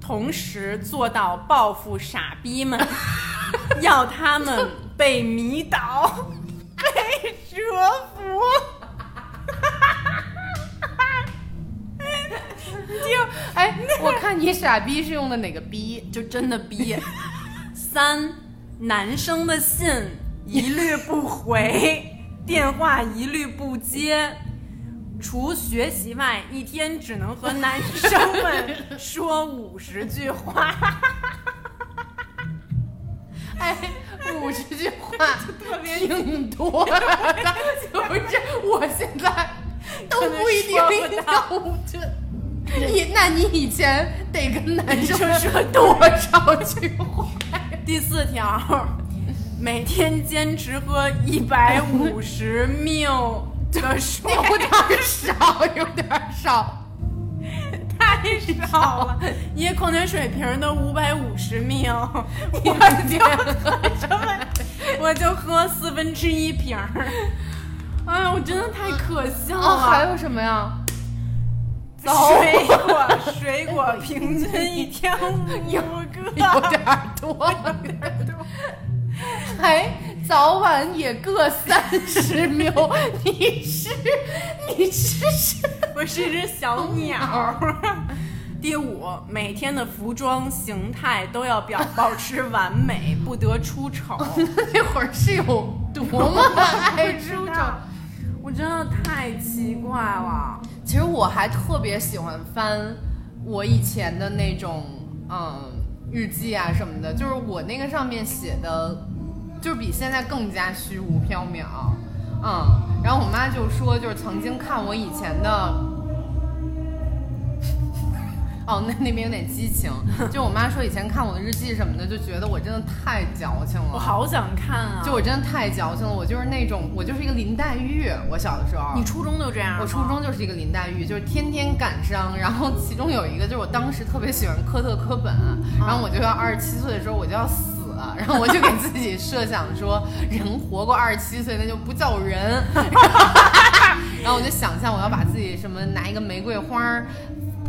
Speaker 2: 同时做到报复傻逼们， 要他们被迷倒， 被折服。 就
Speaker 1: 哎，我看你傻逼是用的哪个逼？
Speaker 2: 就真的逼。三，男生的信一律不回， 电话一律不接。除学习外，一天只能和男生们说五十句 话。
Speaker 1: 哎，五十句话挺多的，就是我现在都不一定要这。你那你以前得跟男生说多少句话？
Speaker 2: 第四条，每天坚持喝一百五十 ml 的水，
Speaker 1: 有点少，有点少。
Speaker 2: 太少了，一矿泉水瓶都五百五十 ml，
Speaker 1: 我天，
Speaker 2: 什么？ 我就喝四分之一瓶儿。哎呀，我真的太可笑
Speaker 1: 哦，还
Speaker 2: 了。
Speaker 1: 有什么呀？
Speaker 2: 水果，水果平均一天 五
Speaker 1: 有
Speaker 2: 个。
Speaker 1: 点儿多，有点儿多。还早晚也各三十秒，你是你是什
Speaker 2: 我是一只小鸟儿。第五，每天的服装形态都要表保持完美，不得出丑。
Speaker 1: 么？那会儿是有多么爱出丑？
Speaker 2: 哎我真的太奇怪了。
Speaker 1: 其实我还特别喜欢翻我以前的那种嗯日记啊什么的，就是我那个上面写的，就是比现在更加虚无缥缈。嗯，然后我妈就说，就是曾经看我以前的。哦，那那边有点激情。就我妈说，以前看我的日记什么的，就觉得我真的太矫情
Speaker 2: 我
Speaker 1: 了。
Speaker 2: 好想看啊！
Speaker 1: 就我真的太矫情了，我就是那种，我就是一个林黛玉。我小的时候，
Speaker 2: 你初中就这样吗？
Speaker 1: 我初中就是一个林黛玉，就是天天感伤。然后其中有一个就是我当时特别喜欢科特·科本，然后我就要二十七岁的时候我就要死了，然后我就给自己设想说，人活过二十七岁那就不叫人。 然后我就想象我要把自己什么拿一个玫瑰花儿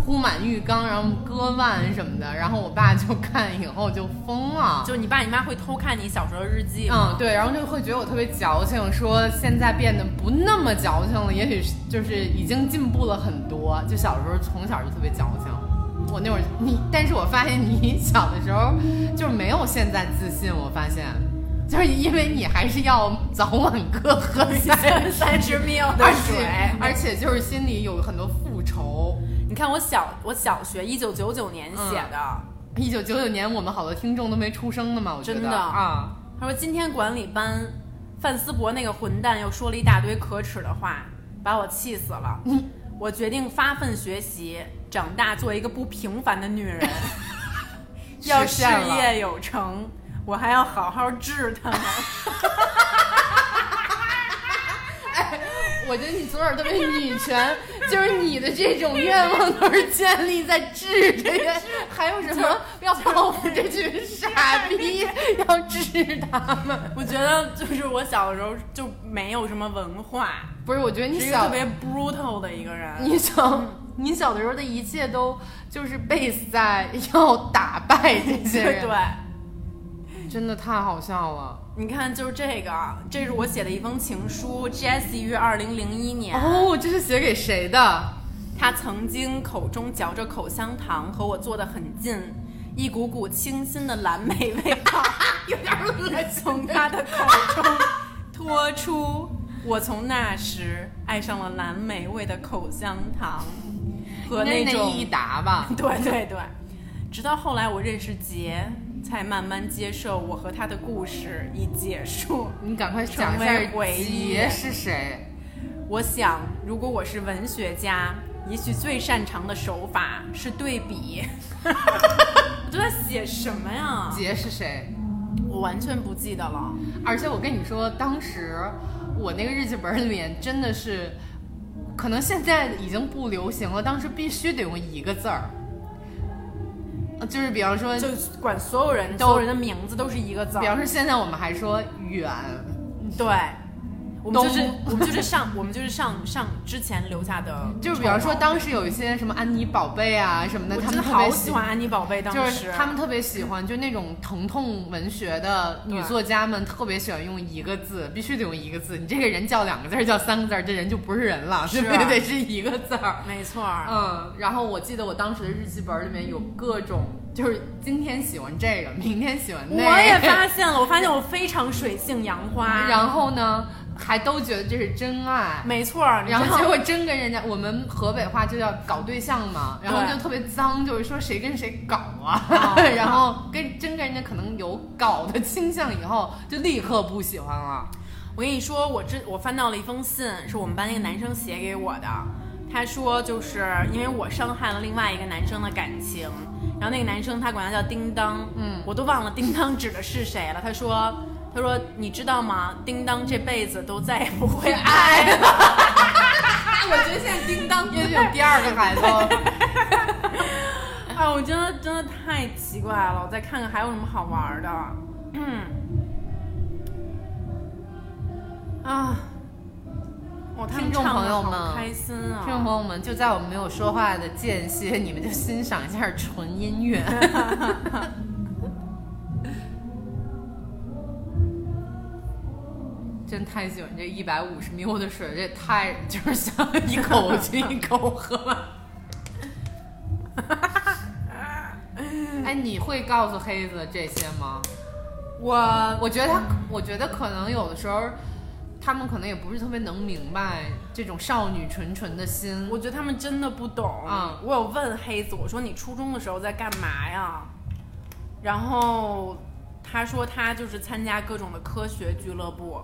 Speaker 1: 铺满浴缸，然后割腕什么的。然后我爸就看以后就疯了，
Speaker 2: 就你爸你妈会偷看你小时候的日记吗
Speaker 1: 嗯，对，然后就会觉得我特别矫情，说现在变得不那么矫情了，也许是就是已经进步了很多。就小时候从小就特别矫情，我那会儿你，但是我发现你小的时候就是没有现在自信，我发现就是因为你还是要早晚各 喝三
Speaker 2: 三
Speaker 1: 三
Speaker 2: 三十 ml 的
Speaker 1: 而
Speaker 2: 水
Speaker 1: 且。而且就是心里有很多复仇。
Speaker 2: 你看我小我小学一九九九年
Speaker 1: 嗯
Speaker 2: 写的，
Speaker 1: 一九九九年，我们好多听众都没出生呢嘛，我觉得
Speaker 2: 真的
Speaker 1: 啊，
Speaker 2: 他说今天管理班范思博那个混蛋又说了一大堆可耻的话，把我气死了。
Speaker 1: 嗯
Speaker 2: 我决定发奋学习，长大做一个不平凡的女人， 要
Speaker 1: 实
Speaker 2: 事
Speaker 1: 现了
Speaker 2: 业有成，我还要好好治他们。
Speaker 1: 我觉得你从小特别女权，就是你的这种愿望 都是建立在治这个，还有什 么要报复这群傻逼，要治他们？
Speaker 2: 我觉得就是我小的时候就没有什么文化，
Speaker 1: 不是，我觉得你
Speaker 2: 是一个特
Speaker 1: 小，
Speaker 2: 别嗯 brutal 的一个人。
Speaker 1: 你小，你小的时候的一切都就是 base 在要打败 这些
Speaker 2: 对
Speaker 1: 人，
Speaker 2: 对，
Speaker 1: 真的太好笑了。
Speaker 2: 你看就是这个，啊这是我写的一封情书，Jesse 于二零零一年。
Speaker 1: 哦，这是写给谁的？
Speaker 2: 他曾经口中嚼着口香糖，和我坐得很近，一股股清新的蓝莓味道
Speaker 1: 有点恶
Speaker 2: 从他的口中脱出。我从那时爱上了蓝莓味的口香糖和
Speaker 1: 那
Speaker 2: 种？
Speaker 1: 益达吧
Speaker 2: 对对对，直到后来我认识杰，才慢慢接受我和他的故事已结束。
Speaker 1: 你赶快讲一
Speaker 2: 成为
Speaker 1: 下
Speaker 2: 回忆
Speaker 1: 杰是谁？
Speaker 2: 我想，如果我是文学家，也许最擅长的手法是对 比。我都在写什么呀？
Speaker 1: 杰是谁？
Speaker 2: 我完全不记得了。
Speaker 1: 而且我跟你说，当时我那个日记本里面真的是可能现在已经不流行了，当时必须得用一个字儿，呃就是比方说，
Speaker 2: 就管所有人，
Speaker 1: 都
Speaker 2: 所有人的名字都是一个字儿
Speaker 1: 比。方说现在我们还说远，
Speaker 2: 对，我们就是
Speaker 1: 东
Speaker 2: 我们就是上我们就是上上之前留下的，
Speaker 1: 就是比方说当时有一些什么安妮宝贝啊什么的，
Speaker 2: 我
Speaker 1: 他
Speaker 2: 真
Speaker 1: 们
Speaker 2: 的
Speaker 1: 特别
Speaker 2: 好喜欢安妮宝贝，当时
Speaker 1: 就是他们特别喜欢，就那种疼痛文学的女作家们特别喜欢用一个字，必须得用一个字。你这个人叫两个字儿，叫三个字儿，这人就不是人了，
Speaker 2: 是啊
Speaker 1: 对不 对？得是一个字儿。
Speaker 2: 没错儿，
Speaker 1: 嗯，然后我记得我当时的日记本里面有各种，就是今天喜欢这个，明天喜欢那个，
Speaker 2: 我也 发现了，我发现我非常水性杨花，
Speaker 1: 然后呢，还都觉得这是真爱。
Speaker 2: 没错儿，你知
Speaker 1: 然
Speaker 2: 道
Speaker 1: 后结果真跟人家，我们河北话就叫搞对象嘛，然后
Speaker 2: 对
Speaker 1: 就特别脏，就是说谁跟谁搞啊，
Speaker 2: 哦
Speaker 1: 然后跟真跟人家可能有搞的倾向，以后就立刻不喜欢了。
Speaker 2: 我跟你说，我之我翻到了一封信，是我们班那个男生写给我的。他说，就是因为我伤害了另外一个男生的感情，然后那个男生他管他叫叮当，
Speaker 1: 嗯
Speaker 2: 我都忘了叮当指的是谁了。他说，他说你知道吗？叮当这辈子都再也不会爱了。 我觉得现在叮当
Speaker 1: 因为有第二个孩子了，
Speaker 2: 啊，我真的真的太奇怪了，我再看看还有什么好玩儿的。 嗯，啊，我、他们
Speaker 1: 听众
Speaker 2: 唱得
Speaker 1: 朋友
Speaker 2: 好
Speaker 1: 们
Speaker 2: 开心啊！
Speaker 1: 听众朋友们，就在我们没有说话的间歇，你们就欣赏一下纯音乐。 真太喜欢这一百五十 ml 的水，这也太就是想一口就一口喝完。 哎，你会告诉黑子这些吗？
Speaker 2: 我
Speaker 1: 我觉得他，我觉得可能有的时候，他们可能也不是特别能明白这种少女纯纯的心。
Speaker 2: 我觉得他们真的不懂。
Speaker 1: 嗯
Speaker 2: 我有问黑子，我说你初中的时候在干嘛呀？然后他说他就是参加各种的科学俱乐部，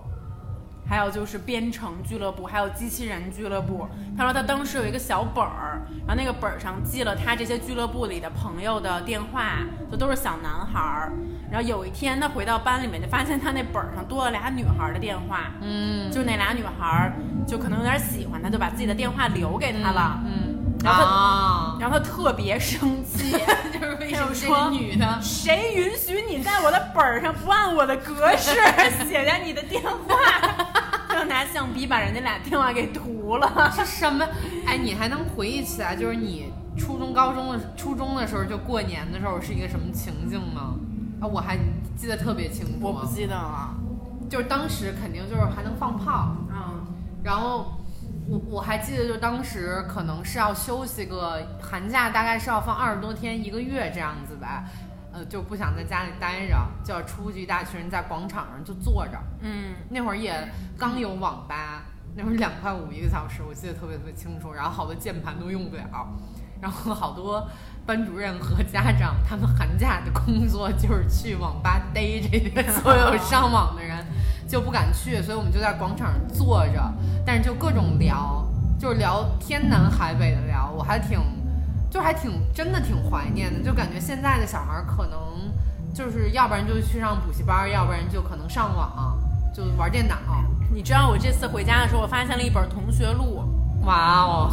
Speaker 2: 还有就是编程俱乐部，还有机器人俱乐部。他说他当时有一个小本儿，然后那个本儿上记了他这些俱乐部里的朋友的电话，就都是小男孩儿。然后有一天他回到班里面，就发现他那本儿上多了俩女孩儿的电话。
Speaker 1: 嗯，
Speaker 2: 就那俩女孩儿，就可能有点喜欢他，就把自己的电话留给他了。
Speaker 1: 嗯，
Speaker 2: 然后他
Speaker 1: 啊，
Speaker 2: 然后他特别生气，
Speaker 1: 就是为
Speaker 2: 什么这
Speaker 1: 说
Speaker 2: 个
Speaker 1: 女 的？
Speaker 2: 谁允许你在我的本儿上不按我的格式写下你的电话？ 就拿橡皮把人家俩电话给涂了。
Speaker 1: 是什么？哎，你还能回忆起来，就是你初中、高中的初中的时候，就过年的时候是一个什么情境吗？啊，我还记得特别清楚
Speaker 2: 我，
Speaker 1: 啊
Speaker 2: 不记得了。
Speaker 1: 就是当时肯定就是还能放炮，
Speaker 2: 嗯，
Speaker 1: 然后我我还记得，就当时可能是要休息个寒假，大概是要放二十多天一个月这样子吧，呃，就不想在家里待着，就要出去一大群人在广场上就坐着。
Speaker 2: 嗯，
Speaker 1: 那会儿也刚有网吧，那会儿两块五一个小时，我记得特别特别清楚。然后好多键盘都用不了，然后好多班主任和家长他们寒假的工作就是去网吧逮这些所有上网的人，就不敢去，所以我们就在广场上坐着，但是就各种聊，就是聊天南海北的聊，我还挺，就还挺真的挺怀念的，就感觉现在的小孩儿可能就是要不然就去上补习班儿，要不然就可能上网，就玩电脑。
Speaker 2: 你知道我这次回家的时候，我发现了一本《同学录》。
Speaker 1: 哇哦，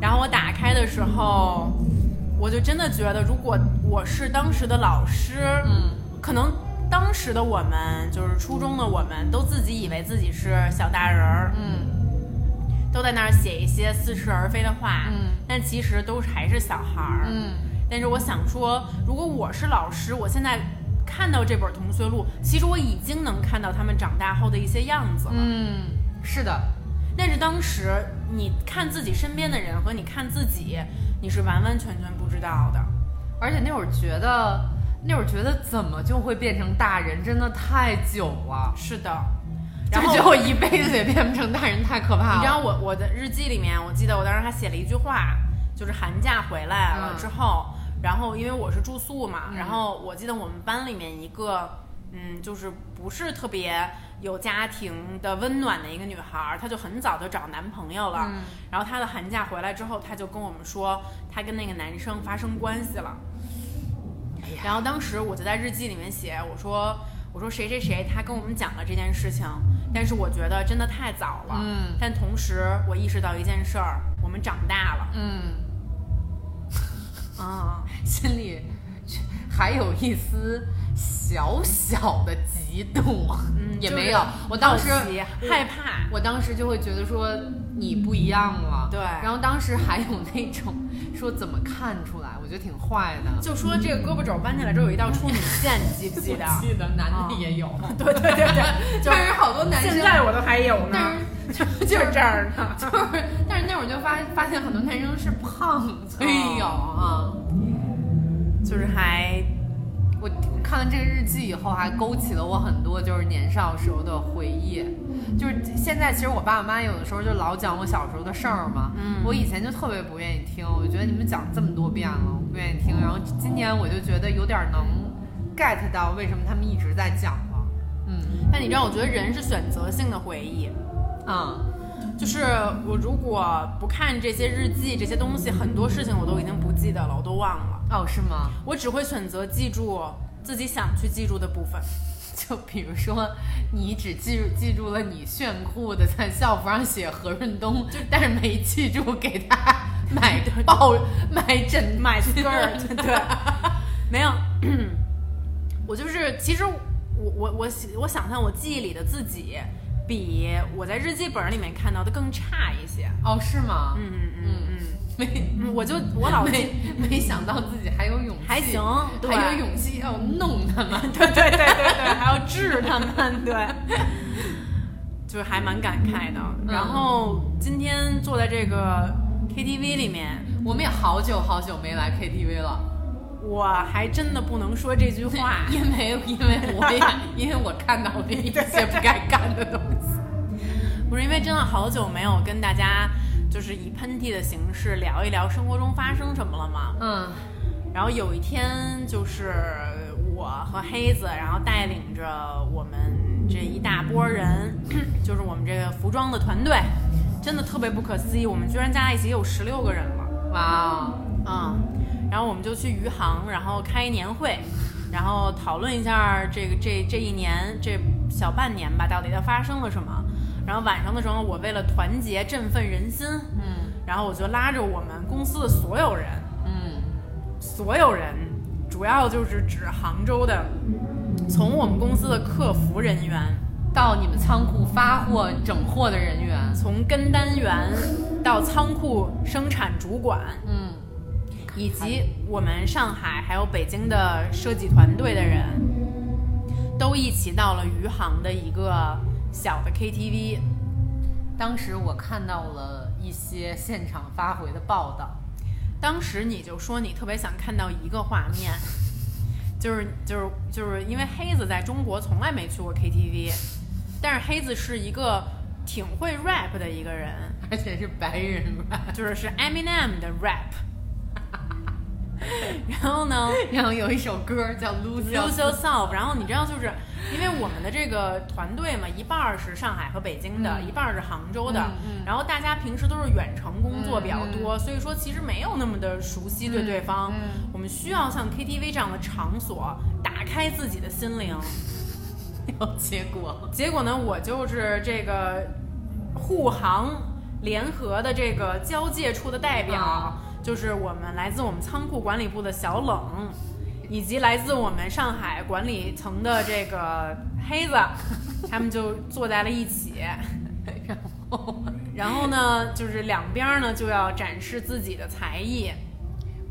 Speaker 2: 然后我打开的时候，我就真的觉得，如果我是当时的老师，
Speaker 1: 嗯，
Speaker 2: 可能当时的我们，就是初中的我们，都自己以为自己是小大人儿，
Speaker 1: 嗯
Speaker 2: 都在那儿写一些似是而非的话，
Speaker 1: 嗯，
Speaker 2: 但其实都是还是小孩儿，。
Speaker 1: 嗯，
Speaker 2: 但是我想说，如果我是老师，我现在看到这本同学录，其实我已经能看到他们长大后的一些样子了。
Speaker 1: 嗯，是的，
Speaker 2: 但是当时你看自己身边的人和你看自己，你是完完全全不知道的。
Speaker 1: 而且那会儿觉得，那会儿觉得怎么就会变成大人，真的太久了。
Speaker 2: 是的，然
Speaker 1: 然后
Speaker 2: 后
Speaker 1: 结果一辈子也变不成大人，太可怕
Speaker 2: 你知道
Speaker 1: 了。
Speaker 2: 我我的日记里面，我记得我当时还写了一句话，就是寒假回来了
Speaker 1: 嗯
Speaker 2: 之后，然后因为我是住宿嘛，
Speaker 1: 嗯
Speaker 2: 然后我记得我们班里面一个，嗯，就是不是特别有家庭的温暖的一个女孩儿，她就很早就找男朋友了，
Speaker 1: 嗯
Speaker 2: 然后她的寒假回来之后，她就跟我们说，她跟那个男生
Speaker 1: 哎
Speaker 2: 发生关系了。然后当时我就在日记里面写，我说。我说谁谁谁，他跟我们讲了这件事情，但是我觉得真的太早了。
Speaker 1: 嗯
Speaker 2: 但同时我意识到一件事儿，我们长大了。
Speaker 1: 嗯，
Speaker 2: 啊、
Speaker 1: 心里还有一丝小小的激动，
Speaker 2: 嗯，
Speaker 1: 也
Speaker 2: 就是
Speaker 1: 没有。我当时
Speaker 2: 好奇害怕，
Speaker 1: 我当时就会觉得说你不一样了，
Speaker 2: 对
Speaker 1: 然后当时还有那种说怎么看出来，我觉得挺坏的。
Speaker 2: 就说这个胳膊肘弯起来之后有一道处女线，你记不记得？
Speaker 1: 记得男
Speaker 2: 啊
Speaker 1: 的也有，
Speaker 2: 对对对对，就
Speaker 1: 嗯但是好多男生
Speaker 2: 现在我都还有呢，
Speaker 1: 但是就
Speaker 2: 就是是这儿呢。
Speaker 1: 就是，但是那会儿就发发现很多男生是胖，所以有啊。
Speaker 2: 就是还
Speaker 1: 我我看了这个日记以后，还勾起了我很多就是年少时候的回忆。就是现在，其实我爸我妈有的时候就老讲我小时候的事儿嘛。
Speaker 2: 嗯
Speaker 1: 我以前就特别不愿意听，我觉得你们讲这么多遍了，我不愿意听。然后今年我就觉得有点能 get 到为什么他们一直在讲了。嗯
Speaker 2: 但你知道，我觉得人是选择性的回忆，
Speaker 1: 啊
Speaker 2: 就是我如果不看这些日记这些东西，很多事情我都已经不记得了，我都忘了，
Speaker 1: 哦，是吗？
Speaker 2: 我只会选择记住自己想去记住的部分。
Speaker 1: 就比如说，你只记住记住了你炫酷的在校服上写何润东，但是没记住给他 买抱买枕
Speaker 2: 买 skirt，对， 没有，我就是其实我我我我想象我记忆里的自己，比我在日记本里面看到的更差一些。
Speaker 1: 哦，是吗？
Speaker 2: 嗯嗯嗯
Speaker 1: 没
Speaker 2: 嗯，我就我老记
Speaker 1: 没没想到自己还有勇气，
Speaker 2: 还行，对，
Speaker 1: 还有勇气要弄他们。
Speaker 2: 对对对对对，还要治他们，对，就是还蛮感慨的。
Speaker 1: 嗯
Speaker 2: 然后今天坐在这个 KTV 里面，
Speaker 1: 我们也好久好久没来 KTV 了，，
Speaker 2: 我还真的不能说这句话
Speaker 1: 因为因为我也因为我看到了一些不该干的东西。
Speaker 2: 不是因为真的好久没有跟大家就是以喷嚏的形式聊一聊生活中发生什么了嘛。
Speaker 1: 嗯
Speaker 2: 然后有一天就是我和黑子，然后带领着我们这一大波人， 就是我们这个服装的团队，真的特别不可思议，我们居然加在一起有十六个人了，
Speaker 1: 哇哦，
Speaker 2: 嗯，然后我们就去余杭，然后开年会，然后讨论一下这个这这一年这小半年吧，到底都发生了什么。然后晚上的时候，我为了团结振奋人心，
Speaker 1: 嗯
Speaker 2: 然后我就拉着我们公司的所有人，
Speaker 1: 嗯
Speaker 2: 所有人，主要就是指杭州的，从我们公司的客服人员，
Speaker 1: 到你们仓库发货整货的人员，
Speaker 2: 从跟单员到仓库生产主管，
Speaker 1: 嗯，
Speaker 2: 以及我们上海还有北京的设计团队的人，都一起到了余杭的一个小的 KTV。
Speaker 1: 当时我看到了一些现场发回的报道，
Speaker 2: 当时你就说你特别想看到一个画面，就是就是就是因为黑子在中国从来没去过 KTV，但是黑子是一个挺会 rap 的一个人，
Speaker 1: 而且是白人 rap，
Speaker 2: 就是是 Eminem 的 rap。然后呢
Speaker 1: 然后有一首歌叫《Lose
Speaker 2: ，Lose
Speaker 1: Yourself》，
Speaker 2: Yourself，然后你知道就是因为我们的这个团队嘛，一半儿是上海和北京的，
Speaker 1: 嗯
Speaker 2: 一半儿是杭州的，
Speaker 1: 嗯嗯
Speaker 2: 然后大家平时都是远程工作比较
Speaker 1: 嗯嗯
Speaker 2: 多，所以说其实没有那么的熟悉对对方。
Speaker 1: 嗯
Speaker 2: 我们需要像 KTV 这样的场所打开自己的心灵。
Speaker 1: 有结果，
Speaker 2: 结果呢，我就是这个护航联合的这个交界处的代表，
Speaker 1: 啊
Speaker 2: 就是我们来自我们仓库管理部的小冷，以及来自我们上海管理层的这个 黑子，他们就坐在了一起。
Speaker 1: 然后
Speaker 2: 然后呢，就是两边儿呢就要展示自己的才艺。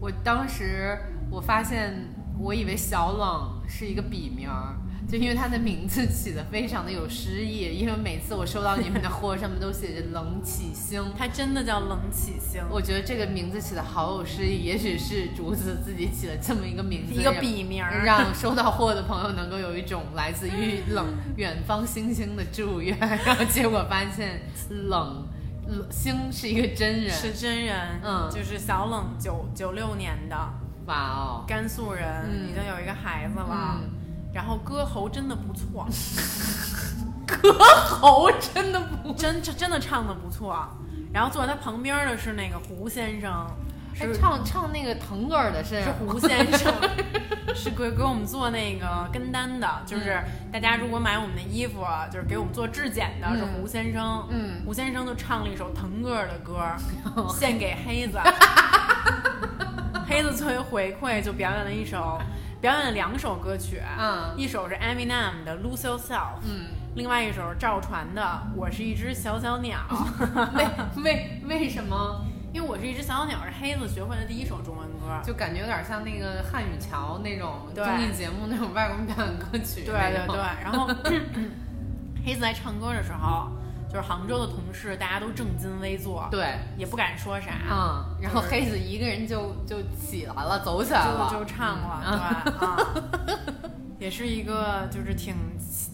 Speaker 1: 我当时我发现，我以为小冷是一个笔名儿，就因为他的名字起的非常的有诗意，因为每次我收到你们的货，上面都写着“冷启星”，
Speaker 2: 他真的叫冷启星，
Speaker 1: 我觉得这个名字起的好有诗意，也许是竹子自己起了这么一个名字，
Speaker 2: 一个笔名儿
Speaker 1: 让让收到货的朋友能够有一种来自于冷远方星星的祝愿。然后结果发现冷冷星是一个真人，
Speaker 2: 是真人，
Speaker 1: 嗯
Speaker 2: 就是小冷九九六年的
Speaker 1: 哇哦，
Speaker 2: 甘肃人，
Speaker 1: 嗯
Speaker 2: 已经有一个孩子了，
Speaker 1: 嗯
Speaker 2: 然后歌喉真的不 错，
Speaker 1: 头真的不
Speaker 2: 真真真的唱的不错。然后坐在他旁边的是那个胡先生，
Speaker 1: 哎，
Speaker 2: 是
Speaker 1: 唱唱那个腾格尔的啊是
Speaker 2: 是胡先生，是给给我们做那个跟单的，就是大家如果买我们的衣服啊，就是给我们做质检的，
Speaker 1: 嗯
Speaker 2: 是胡先生。
Speaker 1: 嗯
Speaker 2: 胡先生就唱了一首腾格尔的歌， 献给黑子。黑子作为回馈，就表演了一首，表演了两首歌曲，
Speaker 1: 嗯
Speaker 2: 一首是 Eminem 的《Lose Yourself》，
Speaker 1: 嗯，
Speaker 2: 另外一首是赵传的《我是一只小小鸟》。
Speaker 1: 为为为什么
Speaker 2: 因为我是一只小小鸟是黑子学会的第一首中文歌。
Speaker 1: 就感觉有点像那个汉语桥那种
Speaker 2: 对
Speaker 1: 综艺节目那种外国人表演歌曲
Speaker 2: 对对
Speaker 1: 那种？
Speaker 2: 对，然 后黑子在唱歌的时候，就是杭州的同事大家都正襟危坐，
Speaker 1: 对，
Speaker 2: 也不敢说啥，
Speaker 1: 嗯，然后
Speaker 2: 就是
Speaker 1: 黑子一个人就就起来了，走起来了，嗯
Speaker 2: 就就唱了，对啊， 也是一个就是挺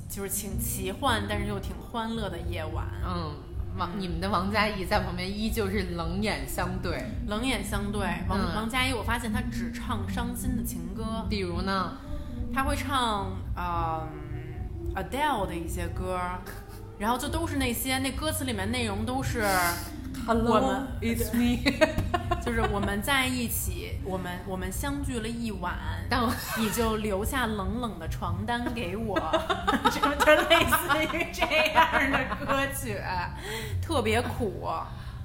Speaker 2: 就是挺奇幻，但是又挺欢乐的夜晚，
Speaker 1: 嗯，王你们的王嘉译在旁边依旧是冷眼相对，
Speaker 2: 冷眼相对。王、
Speaker 1: 嗯
Speaker 2: 王佳怡，我发现她只唱伤心的情歌，
Speaker 1: 比如呢，
Speaker 2: 他会唱嗯 Adele 的一些歌，然后就都是那些那歌词里面内容都是
Speaker 1: Hello,
Speaker 2: 我们
Speaker 1: it's me
Speaker 2: 就是我们在一起， 我们我们相聚了一 晚，
Speaker 1: 但我
Speaker 2: 你就留下冷冷的床单给 我，就就类似于这样的歌曲，特别苦。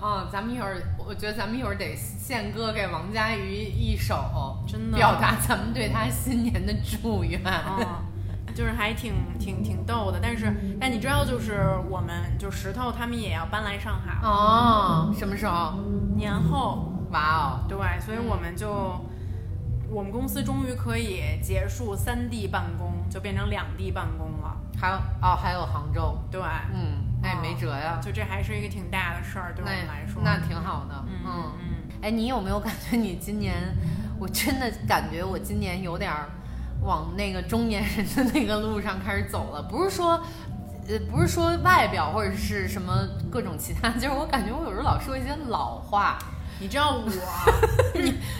Speaker 1: 嗯，咱们一会儿，我觉得咱们一会儿得献歌给王佳瑜一首，
Speaker 2: 真的
Speaker 1: 表达咱们对她新年的祝愿。
Speaker 2: 嗯，就是还挺挺挺逗的，但是但你知道，就是我们就石头他们也要搬来上海了，
Speaker 1: 哦，什么时候？
Speaker 2: 年后
Speaker 1: 哇哦，
Speaker 2: 对，所以我们就、
Speaker 1: 嗯
Speaker 2: 我们公司终于可以结束三地办公，就变成两地办公了。
Speaker 1: 还有哦，还有杭州，
Speaker 2: 对，
Speaker 1: 嗯，那也没辙呀，
Speaker 2: 就这还是一个挺大的事儿，对我
Speaker 1: 那
Speaker 2: 们来说。
Speaker 1: 那挺好的，
Speaker 2: 嗯
Speaker 1: 嗯
Speaker 2: 嗯，
Speaker 1: 哎，你有没有感觉你今年？我真的感觉我今年有点儿往那个中年人的那个路上开始走了，不是说。呃，不是说外表或者是什么各种其他，就是我感觉我有时候老说一些老话，
Speaker 2: 你知道我，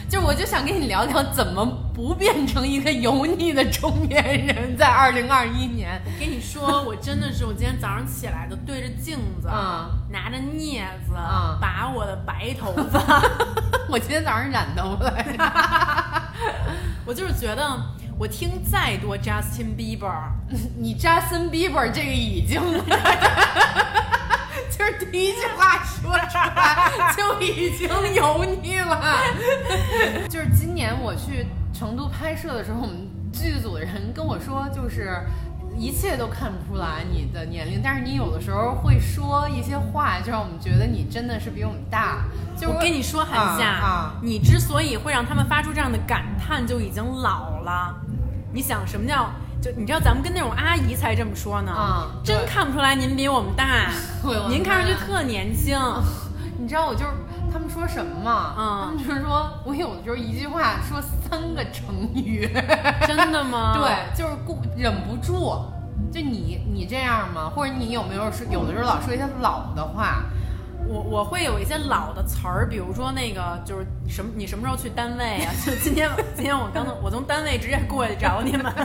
Speaker 1: 就我就想跟你聊聊怎么不变成一个油腻的中年人，在二零二一年，
Speaker 2: 我跟你说，我真的是，我今天早上起来就对着镜子，
Speaker 1: 嗯
Speaker 2: 拿着镊子、
Speaker 1: 嗯
Speaker 2: 拔我的白头发，
Speaker 1: 我今天早上染头发来着，
Speaker 2: 我就是觉得我听再多 Justin Bieber，
Speaker 1: 你 Justin Bieber 这个已经，就是第一句话说出来就已经油腻了。就是今年我去成都拍摄的时候，我们剧组的人跟我说，就是一切都看不出来你的年龄，但是你有的时候会说一些话，就让我们觉得你真的是比我们大。就是
Speaker 2: 我跟你说，韩夏，
Speaker 1: 啊啊
Speaker 2: 你之所以会让他们发出这样的感叹，就已经老了。你想什么叫？就你知道咱们跟那种阿姨才这么说呢，
Speaker 1: 嗯对
Speaker 2: 真看不出来您比我们大
Speaker 1: 我的，妈
Speaker 2: 您看上去特年 轻。
Speaker 1: 你知道我就是他们说什么吗？
Speaker 2: 嗯
Speaker 1: 他们就是说我有的时候一句话说三个成语。
Speaker 2: 真的吗？
Speaker 1: 对，就是顾忍不住。就你你这样吗？或者你有没有说有的时候老说一些老的话？
Speaker 2: 我我会有一些老的词儿，比如说那个就是什么，你什么时候去单位啊？ 就今天，今天我刚从我从单位直接过去找你们，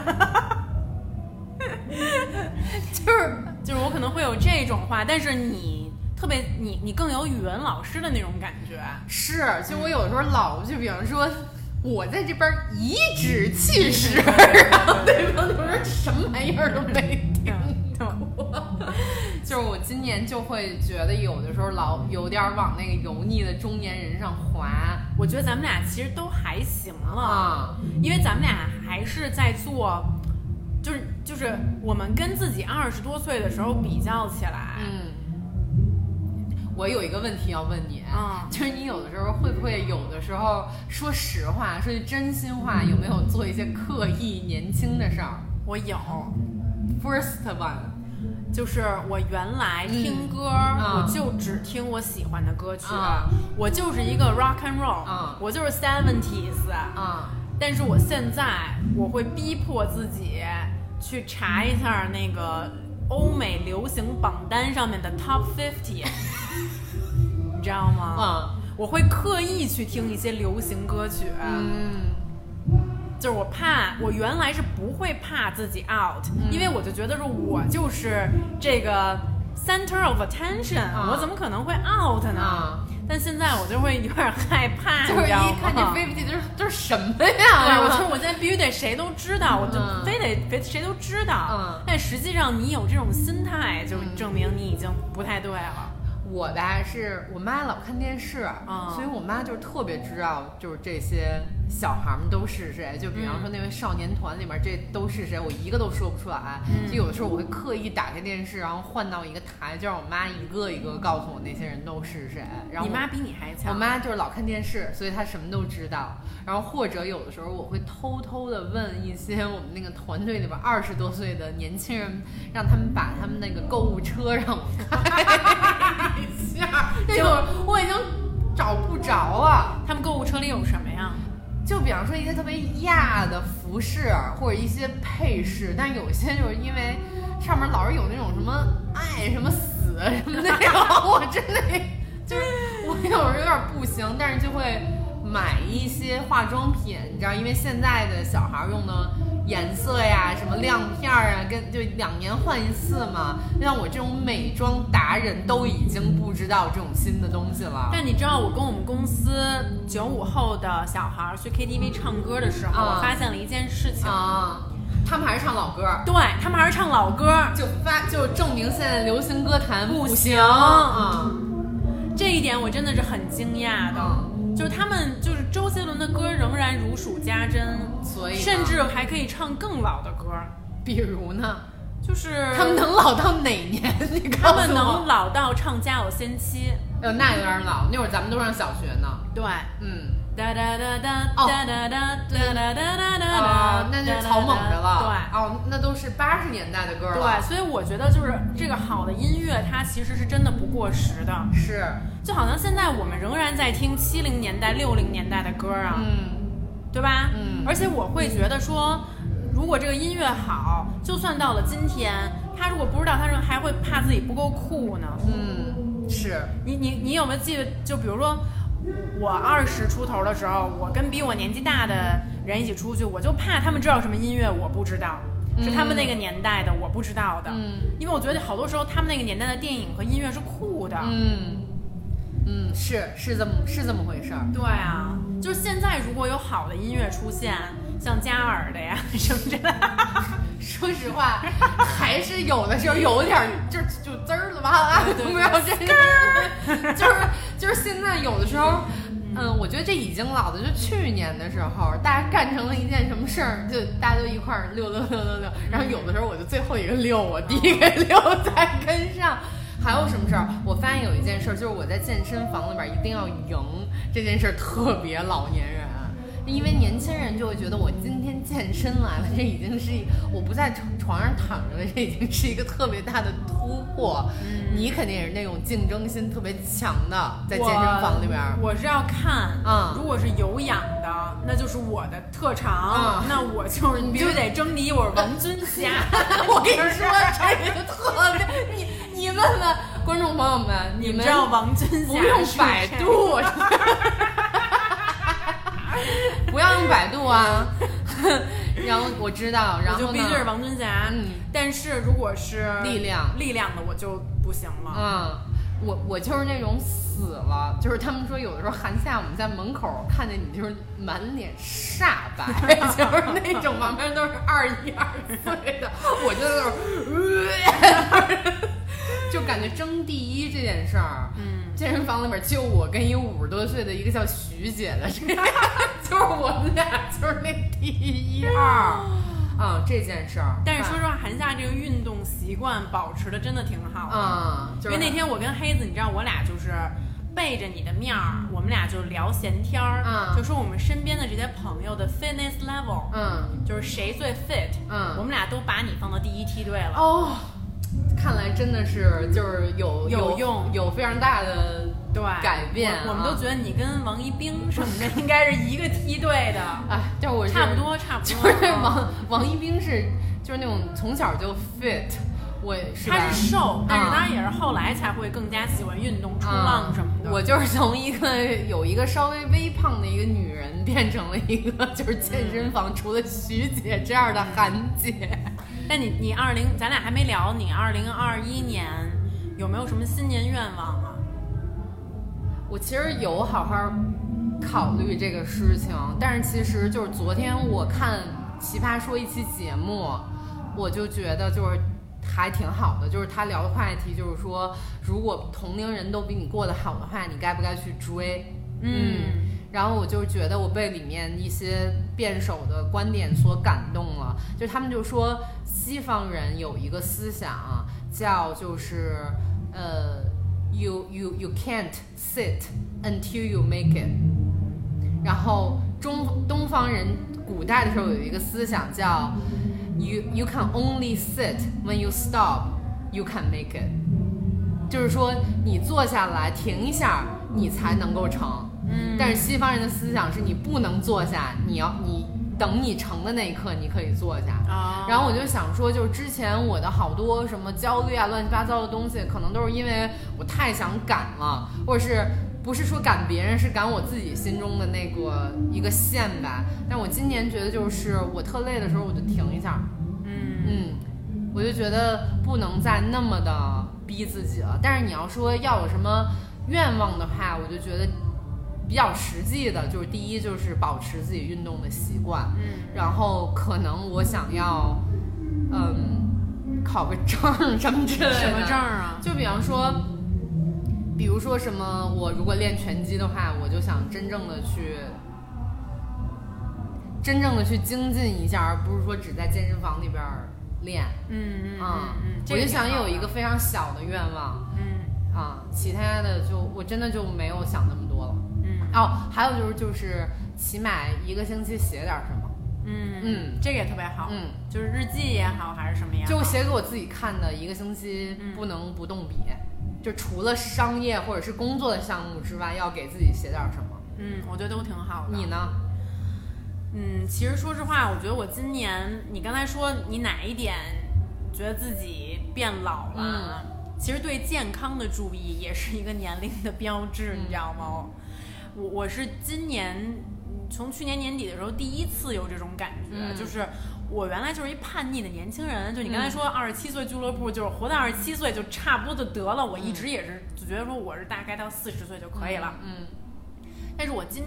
Speaker 2: 就是就是我可能会有这种话，但是你特别你你更有语文老师的那种感 觉，
Speaker 1: 是，就我有时候老就比方说，我在这边颐指气使， 然后对方就说什么玩意儿都没 听懂。就是我今年就会觉得有的时候老有点儿往那个油腻的中年人上滑
Speaker 2: 我觉得咱们俩其实都还行了，
Speaker 1: 啊，
Speaker 2: 因为咱们俩还是在做，就是就是我们跟自己二十多岁的时候比较起来，
Speaker 1: 嗯，我有一个问题要问你，
Speaker 2: 嗯
Speaker 1: 就是你有的时候会不会有的时候说实话，说句真心话，有没有做一些刻意年轻的事儿
Speaker 2: 我有。
Speaker 1: ？First one，
Speaker 2: 就是我原来听歌，
Speaker 1: 嗯
Speaker 2: 我就只听我喜欢的歌曲，
Speaker 1: 啊
Speaker 2: 我就是一个 rock and roll，、
Speaker 1: 啊
Speaker 2: 我就是 seventies、
Speaker 1: 啊，
Speaker 2: 但是我现在我会逼迫自己去查一下那个欧美流行榜单上面的 top fifty，你知道吗？
Speaker 1: 啊
Speaker 2: 我会刻意去听一些流行歌曲，
Speaker 1: 嗯
Speaker 2: 就是我怕，我原来是不会怕自己 out，、因
Speaker 1: 嗯
Speaker 2: 为我就觉得说我就是这个 center of attention，、
Speaker 1: 啊
Speaker 2: 我怎么可能会 out 呢？
Speaker 1: 啊
Speaker 2: 但但现在我就会有点害怕，
Speaker 1: 就是
Speaker 2: 你知道吗
Speaker 1: 一看见 Fifty 就是就是什么
Speaker 2: 啊对，
Speaker 1: 呀？
Speaker 2: 我
Speaker 1: 是吧
Speaker 2: 说我现在必须得谁都知道，我就
Speaker 1: 嗯
Speaker 2: 非得别谁都知道。
Speaker 1: 嗯
Speaker 2: 但实际上你有这种心态，就证明你已经不太对了。
Speaker 1: 我吧，是我妈老看电视，
Speaker 2: 啊
Speaker 1: 所以我妈就是特别知道，就是这些小孩儿们都是谁。就比方
Speaker 2: 嗯
Speaker 1: 说那位少年团里面这都是谁，我一个都说不出来。
Speaker 2: 嗯
Speaker 1: 就有的时候我会刻意打开电视，然后换到一个台，就让我妈一个一个告诉我那些人都是谁。然后
Speaker 2: 你
Speaker 1: 我
Speaker 2: 妈比你还强。
Speaker 1: 我妈就是老看电视，所以她什么都知道。然后或者有的时候我会偷偷的问一些我们那个团队里边二十多岁的年轻人，让他们把他们那个购物车让我看一下。那
Speaker 2: 就
Speaker 1: 会儿我已经找不着了。
Speaker 2: 他们购物车里有什么呀？
Speaker 1: 就比方说一些特别亚的服饰啊或者一些配饰，但有些就是因为上面老是有那种什么爱、什么死什么那种，我真的就是我有时候有点不行，但是就会买一些化妆品，你知道，因为现在的小孩用的颜色呀、什么亮片儿啊，跟就两年换一次嘛，像我这种美妆达人都已经不知道这种新的东西了。
Speaker 2: 但你知道，我跟我们公司九五后的小孩儿去 KTV 唱歌的时候，
Speaker 1: 啊
Speaker 2: 我发现了一件事情，
Speaker 1: 啊，他们还是唱老歌儿。
Speaker 2: 对他们还是唱老歌。
Speaker 1: 就发就证明现在流行歌坛
Speaker 2: 不
Speaker 1: 行
Speaker 2: 行
Speaker 1: 啊！
Speaker 2: 这一点我真的是很惊讶的，就是他们就是周杰伦的歌仍然如数家珍，
Speaker 1: 所以呢
Speaker 2: 甚至还可以唱更老的歌，
Speaker 1: 比如呢，
Speaker 2: 就是
Speaker 1: 他们能老到哪年？你
Speaker 2: 他
Speaker 1: 告
Speaker 2: 们
Speaker 1: 诉
Speaker 2: 能
Speaker 1: 我，
Speaker 2: 老到唱《家有仙妻
Speaker 1: 呃，那有点老，那会儿咱们都上小学呢。》，
Speaker 2: 对，
Speaker 1: 嗯，
Speaker 2: 哒哒哒哒
Speaker 1: 哦
Speaker 2: 哒哒哒哒哒哒哒哒
Speaker 1: 啊、那就是草蜢的
Speaker 2: 嗯
Speaker 1: 了。
Speaker 2: 对。
Speaker 1: 对，哦，那都是八十年代的歌了。
Speaker 2: 对，所以我觉得就是这个好的音乐，它其实是真的不过时的。
Speaker 1: 是，
Speaker 2: 就好像现在我们仍然在听七零年代、六零年代的歌啊，
Speaker 1: 嗯，
Speaker 2: 对吧？
Speaker 1: 嗯
Speaker 2: 而且我会觉得说，如果这个音乐好，就算到了今天，他如果不知道，他是还会怕自己不够酷呢。
Speaker 1: 嗯，是，
Speaker 2: 你你你有没有记得？就比如说，我二十出头的时候，我跟比我年纪大的人一起出去，我就怕他们知道什么音乐我不知道，是他们那个年代的我不知道的。
Speaker 1: 嗯
Speaker 2: 因为我觉得好多时候他们那个年代的电影和音乐是酷的。
Speaker 1: 嗯，嗯，是是这么是这么回事儿。
Speaker 2: 对啊，就是现在如果有好的音乐出现，像嘉尔的呀 什么之类的，
Speaker 1: 说实话，还是有的时候有点儿就就滋儿了吧啦，
Speaker 2: 对对对
Speaker 1: 没有这个，就是就是现在有的时候，嗯，我觉得这已经老的，就去年的时候，大家干成了一件什么事儿，就大家就一块儿溜溜溜溜溜，然后有的时候我就最后一个溜，我第一个
Speaker 2: 嗯
Speaker 1: 溜才跟上。还有什么事儿？我发现有一件事儿，就是我在健身房里边儿一定要赢这件事儿，特别老年人。啊因为年轻人就会觉得我今天健身来了，这已经是一我不在床床上躺着了，这已经是一个特别大的突破。你肯定也是那种竞争心特别强的，在健身房里边儿。
Speaker 2: 我我是要看，
Speaker 1: 嗯
Speaker 2: 如果是有氧的，那就是我的特
Speaker 1: 嗯
Speaker 2: 长，那我 就是必须得争你一会儿王军霞。
Speaker 1: 我跟你说，这个特别，你你问问观众朋友们， 你
Speaker 2: 你
Speaker 1: 们
Speaker 2: 知道王军霞
Speaker 1: 不用
Speaker 2: 是
Speaker 1: 百
Speaker 2: 谁
Speaker 1: 度，啊不要用百度啊。 然后我知道，然
Speaker 2: 我就
Speaker 1: 后
Speaker 2: 必
Speaker 1: 呢
Speaker 2: 须？是王军霞。
Speaker 1: 嗯
Speaker 2: 但是如果是
Speaker 1: 力量
Speaker 2: 力量的，我就不行了。
Speaker 1: 嗯，我我就是那种死了，就是他们说有的时候寒假我们在门口看见你就是满脸煞 白，就是那种旁边都是二一二岁的，我就在那种，呃就感觉争第一这件事儿，
Speaker 2: 嗯，
Speaker 1: 健身房里面就我跟一五十多岁的一个叫徐姐的，这样就是我们俩就是那第一二，啊这件事儿，
Speaker 2: 但是说实话，韩夏这个运动习惯保持的真的挺好的。
Speaker 1: 啊，就是
Speaker 2: 因为那天我跟黑子，你知道我俩就是背着你的面儿，我们俩就聊闲天儿，
Speaker 1: 嗯
Speaker 2: 就说我们身边的这些朋友的 fitness level，、
Speaker 1: 嗯
Speaker 2: 就是谁最 fit，
Speaker 1: 嗯
Speaker 2: 我们俩都把你放到第一梯队了。
Speaker 1: 哦，看来真的是就是有
Speaker 2: 有用
Speaker 1: 有非常大的
Speaker 2: 对，
Speaker 1: 改变啊
Speaker 2: 我，我们都觉得你跟王一冰什么的应该是一个梯队的，
Speaker 1: 哎， 就是我是
Speaker 2: 差不，多，差不
Speaker 1: 就
Speaker 2: 多。
Speaker 1: 是王王一冰是就是那种从小就 fit，我是吧
Speaker 2: 他是瘦，但是
Speaker 1: 嗯
Speaker 2: 当然也是后来才会更加喜欢运动、冲
Speaker 1: 啊
Speaker 2: 浪什么的。
Speaker 1: 我就是从一个有一个稍微微胖的一个女人，变成了一个就是健身房除了徐姐这样的韩姐。
Speaker 2: 但你你二零，咱俩还没聊，你二零二一年有没有什么新年愿望啊？
Speaker 1: 我其实有好好考虑这个事情，但是其实就是昨天我看《奇葩说》一期节目，我就觉得就是还挺好的，就是他聊的话题就是说，如果同龄人都比你过得好的话，你该不该去追？
Speaker 2: 嗯
Speaker 1: 然后我就觉得我被里面一些辩手的观点所感动了，就他们就说西方人有一个思想啊叫就是呃，you you you can't sit until you make it，然后中东方人古代的时候有一个思想叫 you you can only sit when you stop you can make it，就是说你坐下来停一下，你才能够成。
Speaker 2: 嗯，
Speaker 1: 但是西方人的思想是你不能坐下，你要你等你成的那一刻你可以坐下。
Speaker 2: 啊，
Speaker 1: 然后我就想说，就是之前我的好多什么焦虑啊、乱七八糟的东西，可能都是因为我太想赶了，或者是不是说赶别人，是赶我自己心中的那个一个线吧。但我今年觉得，就是我特累的时候，我就停一下，
Speaker 2: 嗯
Speaker 1: 嗯，我就觉得不能再那么的逼自己了。但是你要说要有什么愿望的话，我就觉得比较实际的，就是第一就是保持自己运动的习惯，
Speaker 2: 嗯
Speaker 1: 然后可能我想要，嗯，考个 证儿 什么之类的。
Speaker 2: 什么证？儿啊？
Speaker 1: 就比方说，比如说什么，我如果练拳击的话，我就想真正的去，真正的去精进一下，而不是说只在健身房里边儿练。
Speaker 2: 嗯嗯
Speaker 1: 啊
Speaker 2: 嗯嗯，这
Speaker 1: 我
Speaker 2: 个
Speaker 1: 就想
Speaker 2: 挺好
Speaker 1: 有一
Speaker 2: 的
Speaker 1: 个，非常小的愿望
Speaker 2: 嗯
Speaker 1: 啊，其他的就我真的就没有想那么多了。
Speaker 2: 嗯
Speaker 1: 哦，还有就是就是起码一个星期写点儿什么，
Speaker 2: 嗯
Speaker 1: 嗯
Speaker 2: 这个也特别好，
Speaker 1: 嗯，
Speaker 2: 就是日记也好还是什么呀？
Speaker 1: 就写给我自己看的，一个星期
Speaker 2: 嗯
Speaker 1: 不能不动笔，就除了商业或者是工作的项目之外，要给自己写点儿什么。
Speaker 2: 嗯，我觉得都挺好的。
Speaker 1: 你呢？
Speaker 2: 嗯，其实说实话，我觉得我今年，你刚才说你哪一点觉得自己变老了？其实对健康的注意也是一个年龄的标志，你知道吗？我我是今年嗯从去年年底的时候第一次有这种感觉，
Speaker 1: 嗯
Speaker 2: 就是我原来就是一叛逆的年轻人，就你刚才说二十七岁俱乐部，就是活到二十七岁就差不多就得了。我一直也是就觉得说我是大概到四十岁就可以了。
Speaker 1: 嗯，
Speaker 2: 但是我今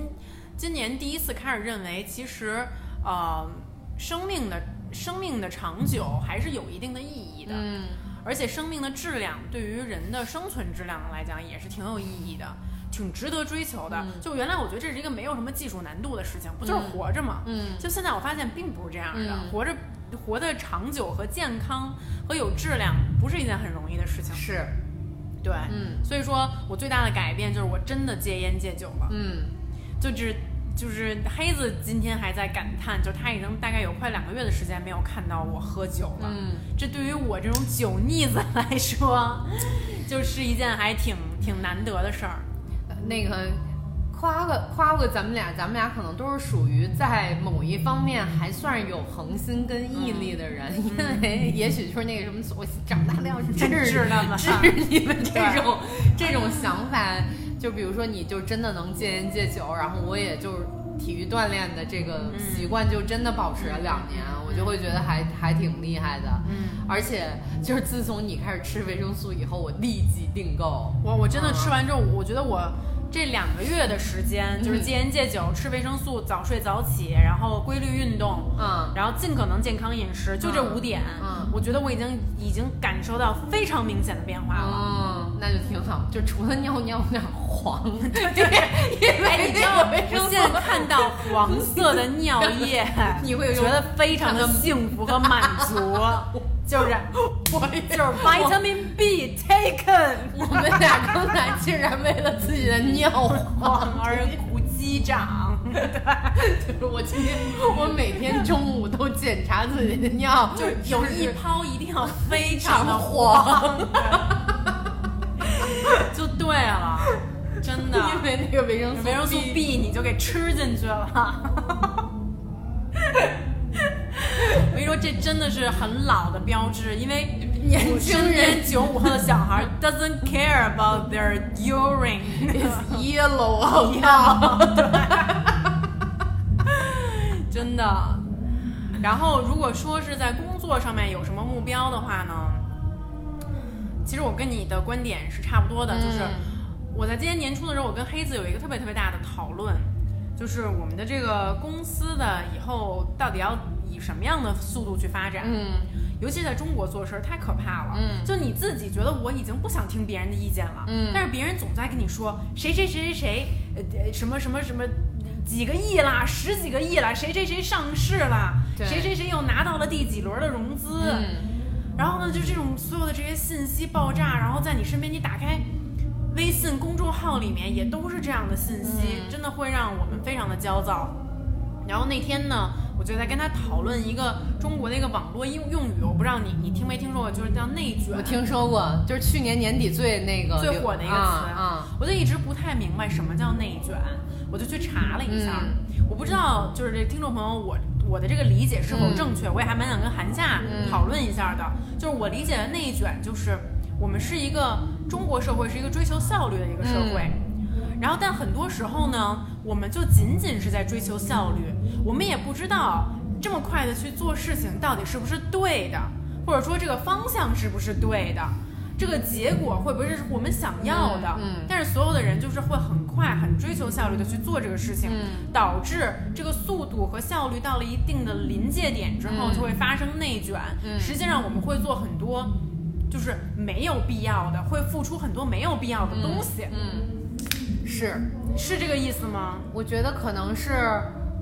Speaker 2: 今年第一次开始认为，其实呃，生命的生命的长久还是有一定的意义的，
Speaker 1: 嗯
Speaker 2: 而且生命的质量对于人的生存质量来讲也是挺有意义的，挺值得追求的。
Speaker 1: 嗯
Speaker 2: 就原来我觉得这是一个没有什么技术难度的事情，不就是
Speaker 1: 嗯
Speaker 2: 活着吗？
Speaker 1: 嗯
Speaker 2: 就现在我发现并不是这样的，
Speaker 1: 嗯
Speaker 2: 活着活得长久和健康和有质量不是一件很容易的事情
Speaker 1: 嗯，。是，
Speaker 2: 对，
Speaker 1: 嗯
Speaker 2: 所以说我最大的改变就是我真的戒烟戒酒了。
Speaker 1: 嗯
Speaker 2: 就是就是黑子今天还在感叹，就他已经大概有快两个月的时间没有看到我喝酒了。
Speaker 1: 嗯，
Speaker 2: 这对于我这种酒腻子来说，就是一件还挺挺难得的 事儿。
Speaker 1: 呃那个夸个夸个咱们俩，咱们俩可能都是属于在某一方面还算是有恒心跟毅力的人，
Speaker 2: 嗯
Speaker 1: 因为也许就是那个什么，我长大了要治
Speaker 2: 治那 么
Speaker 1: 治你们这种这种想法，就比如说你就真的能戒烟戒酒，然后我也就是。体育锻炼的这个习惯就真的保持了两年，我就会觉得还还挺厉害的。
Speaker 2: 嗯，
Speaker 1: 而且就是自从你开始吃维生素以后，我立即订购。
Speaker 2: 我我真的吃完之后，我觉得我这两个月的时间，就是戒烟戒酒、吃维生素、早睡早起，然后规律运动，
Speaker 1: 嗯，
Speaker 2: 然后尽可能健康饮食，就这
Speaker 1: 嗯
Speaker 2: 五点，
Speaker 1: 嗯
Speaker 2: 我觉得我已经已经感受到非常明显的变化了。
Speaker 1: 嗯，那就挺好，就除了尿尿有点黄， 对
Speaker 2: 哎，
Speaker 1: 对
Speaker 2: 你知道
Speaker 1: 维生
Speaker 2: 我
Speaker 1: 素
Speaker 2: 现在看到黄色的尿液，
Speaker 1: 你会有
Speaker 2: 觉得非常的幸福和满 足，就是
Speaker 1: 我
Speaker 2: 就是 vitamin B taken
Speaker 1: 我们俩刚才竟然为了自己的尿黄，
Speaker 2: 望而鼓击掌，
Speaker 1: 就是我今天我每天中午都检查自己的尿， 就
Speaker 2: 有一泡一定要非常的 黄，就对了，真的，
Speaker 1: 因为那个维生素
Speaker 2: 维生素
Speaker 1: B
Speaker 2: B 你就给吃进去 了。我跟你说，这真的是很老的标志，因为
Speaker 1: 年轻人
Speaker 2: 九五后的小孩儿 doesn't care about their urine，
Speaker 1: is yellow，好不好？
Speaker 2: 真的。然后，如果说是在工作上面有什么目嗯标的话呢，其实我跟你的观点是差不多的，就是我在今年年初的时候，我跟黑子有一个特别特别大的讨论，就是我们的这个公司的以后到底要以什么样的速度去发展？
Speaker 1: 嗯
Speaker 2: 尤其在中国做事儿太可怕了。
Speaker 1: 嗯
Speaker 2: 就你自己觉得我已经不想听别人的意见了，
Speaker 1: 嗯
Speaker 2: 但是别人总在跟你说谁谁谁谁谁，呃呃什么什么什么几个亿啦，十几个亿啦，谁谁谁上市啦，
Speaker 1: 对
Speaker 2: 谁谁谁又拿到了第几轮的融资，
Speaker 1: 嗯
Speaker 2: 然后呢，就这种所有的这些信息爆炸，然后在你身边，你打开微信公众号里面也都是这样的信息，
Speaker 1: 嗯
Speaker 2: 真的会让我们非常的焦躁。然后那天呢，我就在跟他讨论一个中国的一个网络用用语，我不知道你你听没听说过，就是叫内卷
Speaker 1: 我。听说过，就是去年年底最那个
Speaker 2: 最火的一个词
Speaker 1: 啊，
Speaker 2: 我就一直不太明白什么叫内卷，我就去查了一下，我不知道就是这听众朋友我我的这个理解是否正确，我也还蛮想跟韩夏
Speaker 1: 嗯
Speaker 2: 讨论一下的。就是我理解的内卷，就是我们是一个中国社会是一个追求效率的一个社会。然后，但很多时候呢，我们就仅仅是在追求效率，我们也不知道这么快的去做事情到底是不是对的，或者说这个方向是不是对的，这个结果会不会是我们想要的？
Speaker 1: 嗯嗯
Speaker 2: 但是所有的人就是会很快、很追求效率的去做这个事情，
Speaker 1: 嗯
Speaker 2: 导致这个速度和效率到了一定的临界点之后，
Speaker 1: 嗯
Speaker 2: 就会发生内卷。
Speaker 1: 嗯
Speaker 2: 实际上，我们会做很多就是没有必要的，会付出很多没有必要的东西，
Speaker 1: 嗯，是。
Speaker 2: 是这个意思吗？
Speaker 1: 我觉得可能是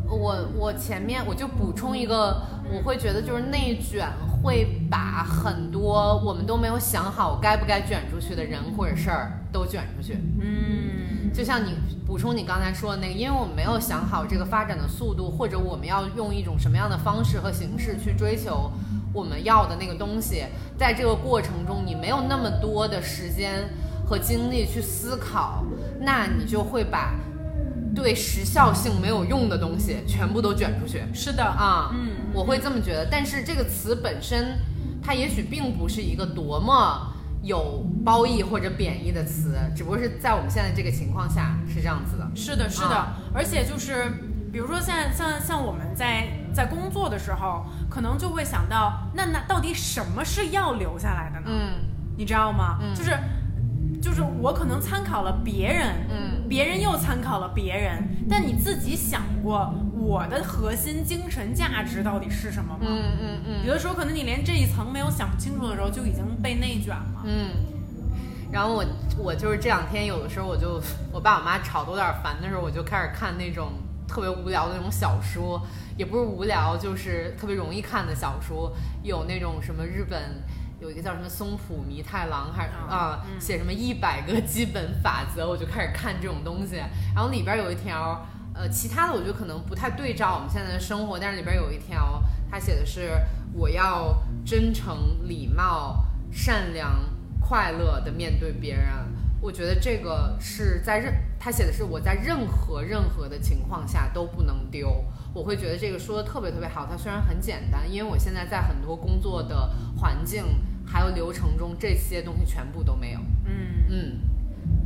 Speaker 1: 我我前面我就补充一个，我会觉得就是内卷会把很多我们都没有想好该不该卷出去的人或者事儿都卷出去。
Speaker 2: 嗯
Speaker 1: 就像你补充你刚才说的那个，因为我们没有想好这个发展的速度，或者我们要用一种什么样的方式和形式去追求我们要的那个东西，在这个过程中，你没有那么多的时间和精力去思考，那你就会把对时效性没有用的东西全部都卷出去，
Speaker 2: 是的，
Speaker 1: 啊，
Speaker 2: 嗯
Speaker 1: 我会这么觉得。但是这个词本身，它也许并不是一个多么有褒义或者贬义的词，只不过是在我们现在这个情况下是这样子的。
Speaker 2: 是的，是的，
Speaker 1: 啊
Speaker 2: 而且就是比如说像像像我们在在工作的时候，可能就会想到，那那到底什么是要留下来的呢？
Speaker 1: 嗯
Speaker 2: 你知道吗？
Speaker 1: 嗯
Speaker 2: 就是就是我可能参考了别人，
Speaker 1: 嗯
Speaker 2: 别人又参考了别人，但你自己想过我的核心精神价值到底是什么吗？
Speaker 1: 嗯嗯嗯
Speaker 2: 有的时候可能你连这一层没有想清楚的时候，就已经被内卷了。
Speaker 1: 嗯。然后我我就是这两天有的时候我就我爸我妈吵得有点烦的时候，我就开始看那种特别无聊的那种小说，也不是无聊，就是特别容易看的小说，有那种什么日本。有一个叫什么松浦弥太郎，还是
Speaker 2: 啊
Speaker 1: 啊、
Speaker 2: 嗯
Speaker 1: 写什么一百个基本法则，我就开始看这种东西。然后里边有一条，呃，其他的我就可能不太对照我们现在的生活，但是里边有一条，他写的是我要真诚、礼貌、善良、快乐的面对别人。我觉得这个是在任，他写的是我在任何任何的情况下都不能丢。我会觉得这个说的特别特别好。它虽然很简单，因为我现在在很多工作的环境还有流程中，这些东西全部都没有。
Speaker 2: 嗯
Speaker 1: 嗯，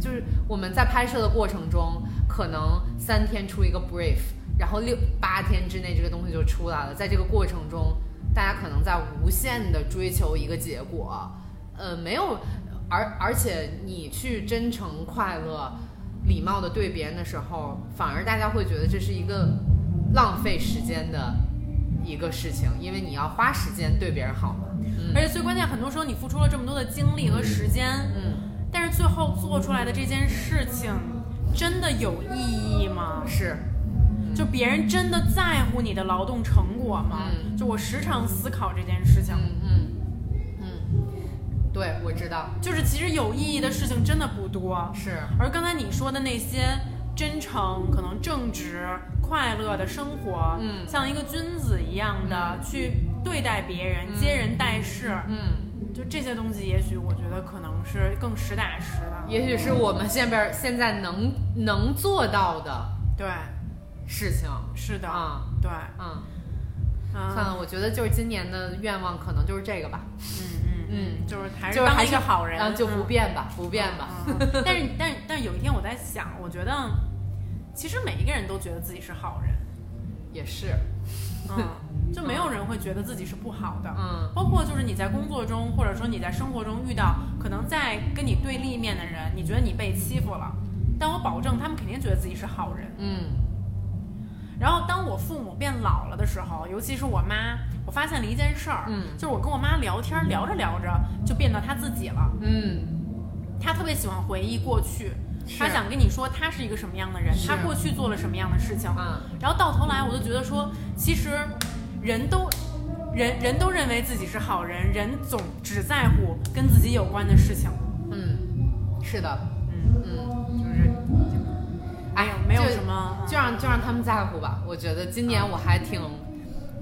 Speaker 1: 就是我们在拍摄的过程中，可能三天出一个 brief，然后六八天之内这个东西就出来了。在这个过程中，大家可能在无限的追求一个结果，呃，没有，而而且你去真诚、快乐、礼貌的对别人的时候，反而大家会觉得这是一个浪费时间的一个事情，因为你要花时间对别人好嘛。
Speaker 2: 而且最关键，很多时候你付出了这么多的精力和时间，
Speaker 1: 嗯，
Speaker 2: 但是最后做出来的这件事情真的有意义吗？
Speaker 1: 是，
Speaker 2: 就别人真的在乎你的劳动成果吗？
Speaker 1: 嗯
Speaker 2: 就我时常思考这件事情，
Speaker 1: 嗯嗯嗯，对，我知道，
Speaker 2: 就是其实有意义的事情真的不多。
Speaker 1: 是，
Speaker 2: 而刚才你说的那些真诚、可能正直、快乐的生活，
Speaker 1: 嗯
Speaker 2: 像一个君子一样的去对待别人、
Speaker 1: 嗯
Speaker 2: 接人待事，
Speaker 1: 嗯，
Speaker 2: 就这些东西，也许我觉得可能是更实打实的。
Speaker 1: 也许是我们现边现在能能做到的
Speaker 2: 对，
Speaker 1: 事情
Speaker 2: 是的，
Speaker 1: 啊。
Speaker 2: 对，
Speaker 1: 嗯，
Speaker 2: 嗯
Speaker 1: 算了，我觉得就是今年的愿望可能就是这个吧，
Speaker 2: 嗯嗯嗯，就是还是
Speaker 1: 就是
Speaker 2: 当
Speaker 1: 还
Speaker 2: 一
Speaker 1: 是
Speaker 2: 个好人，
Speaker 1: 啊，就
Speaker 2: 嗯
Speaker 1: 不变吧，不变吧。
Speaker 2: 嗯嗯嗯但是但是但是有一天我在想，我觉得其实每一个人都觉得自己是好人，
Speaker 1: 也是，
Speaker 2: 嗯，就没有人会觉得自己是不好的。
Speaker 1: 嗯
Speaker 2: 包括就是你在工作中，或者说你在生活中遇到可能在跟你对立面的人，你觉得你被欺负了，但我保证他们肯定觉得自己是好人。
Speaker 1: 嗯
Speaker 2: 然后当我父母变老了的时候，尤其是我妈，我发现了一件事儿，
Speaker 1: 嗯
Speaker 2: 就是我跟我妈聊天，聊着聊着就变到她自己了。
Speaker 1: 嗯，
Speaker 2: 她特别喜欢回忆过去，
Speaker 1: 是
Speaker 2: 她想跟你说她是一个什么样的人，
Speaker 1: 是
Speaker 2: 她过去做了什么样的事情。
Speaker 1: 啊，
Speaker 2: 然后到头来，我就觉得说，其实人都人人都认为自己是好人，人总只在乎跟自己有关的事情。
Speaker 1: 嗯，是的，
Speaker 2: 嗯，
Speaker 1: 嗯，
Speaker 2: 就是
Speaker 1: 哎
Speaker 2: 没有没有
Speaker 1: 就
Speaker 2: 什么，
Speaker 1: 就让就让他们在乎吧。我觉得今年我还挺，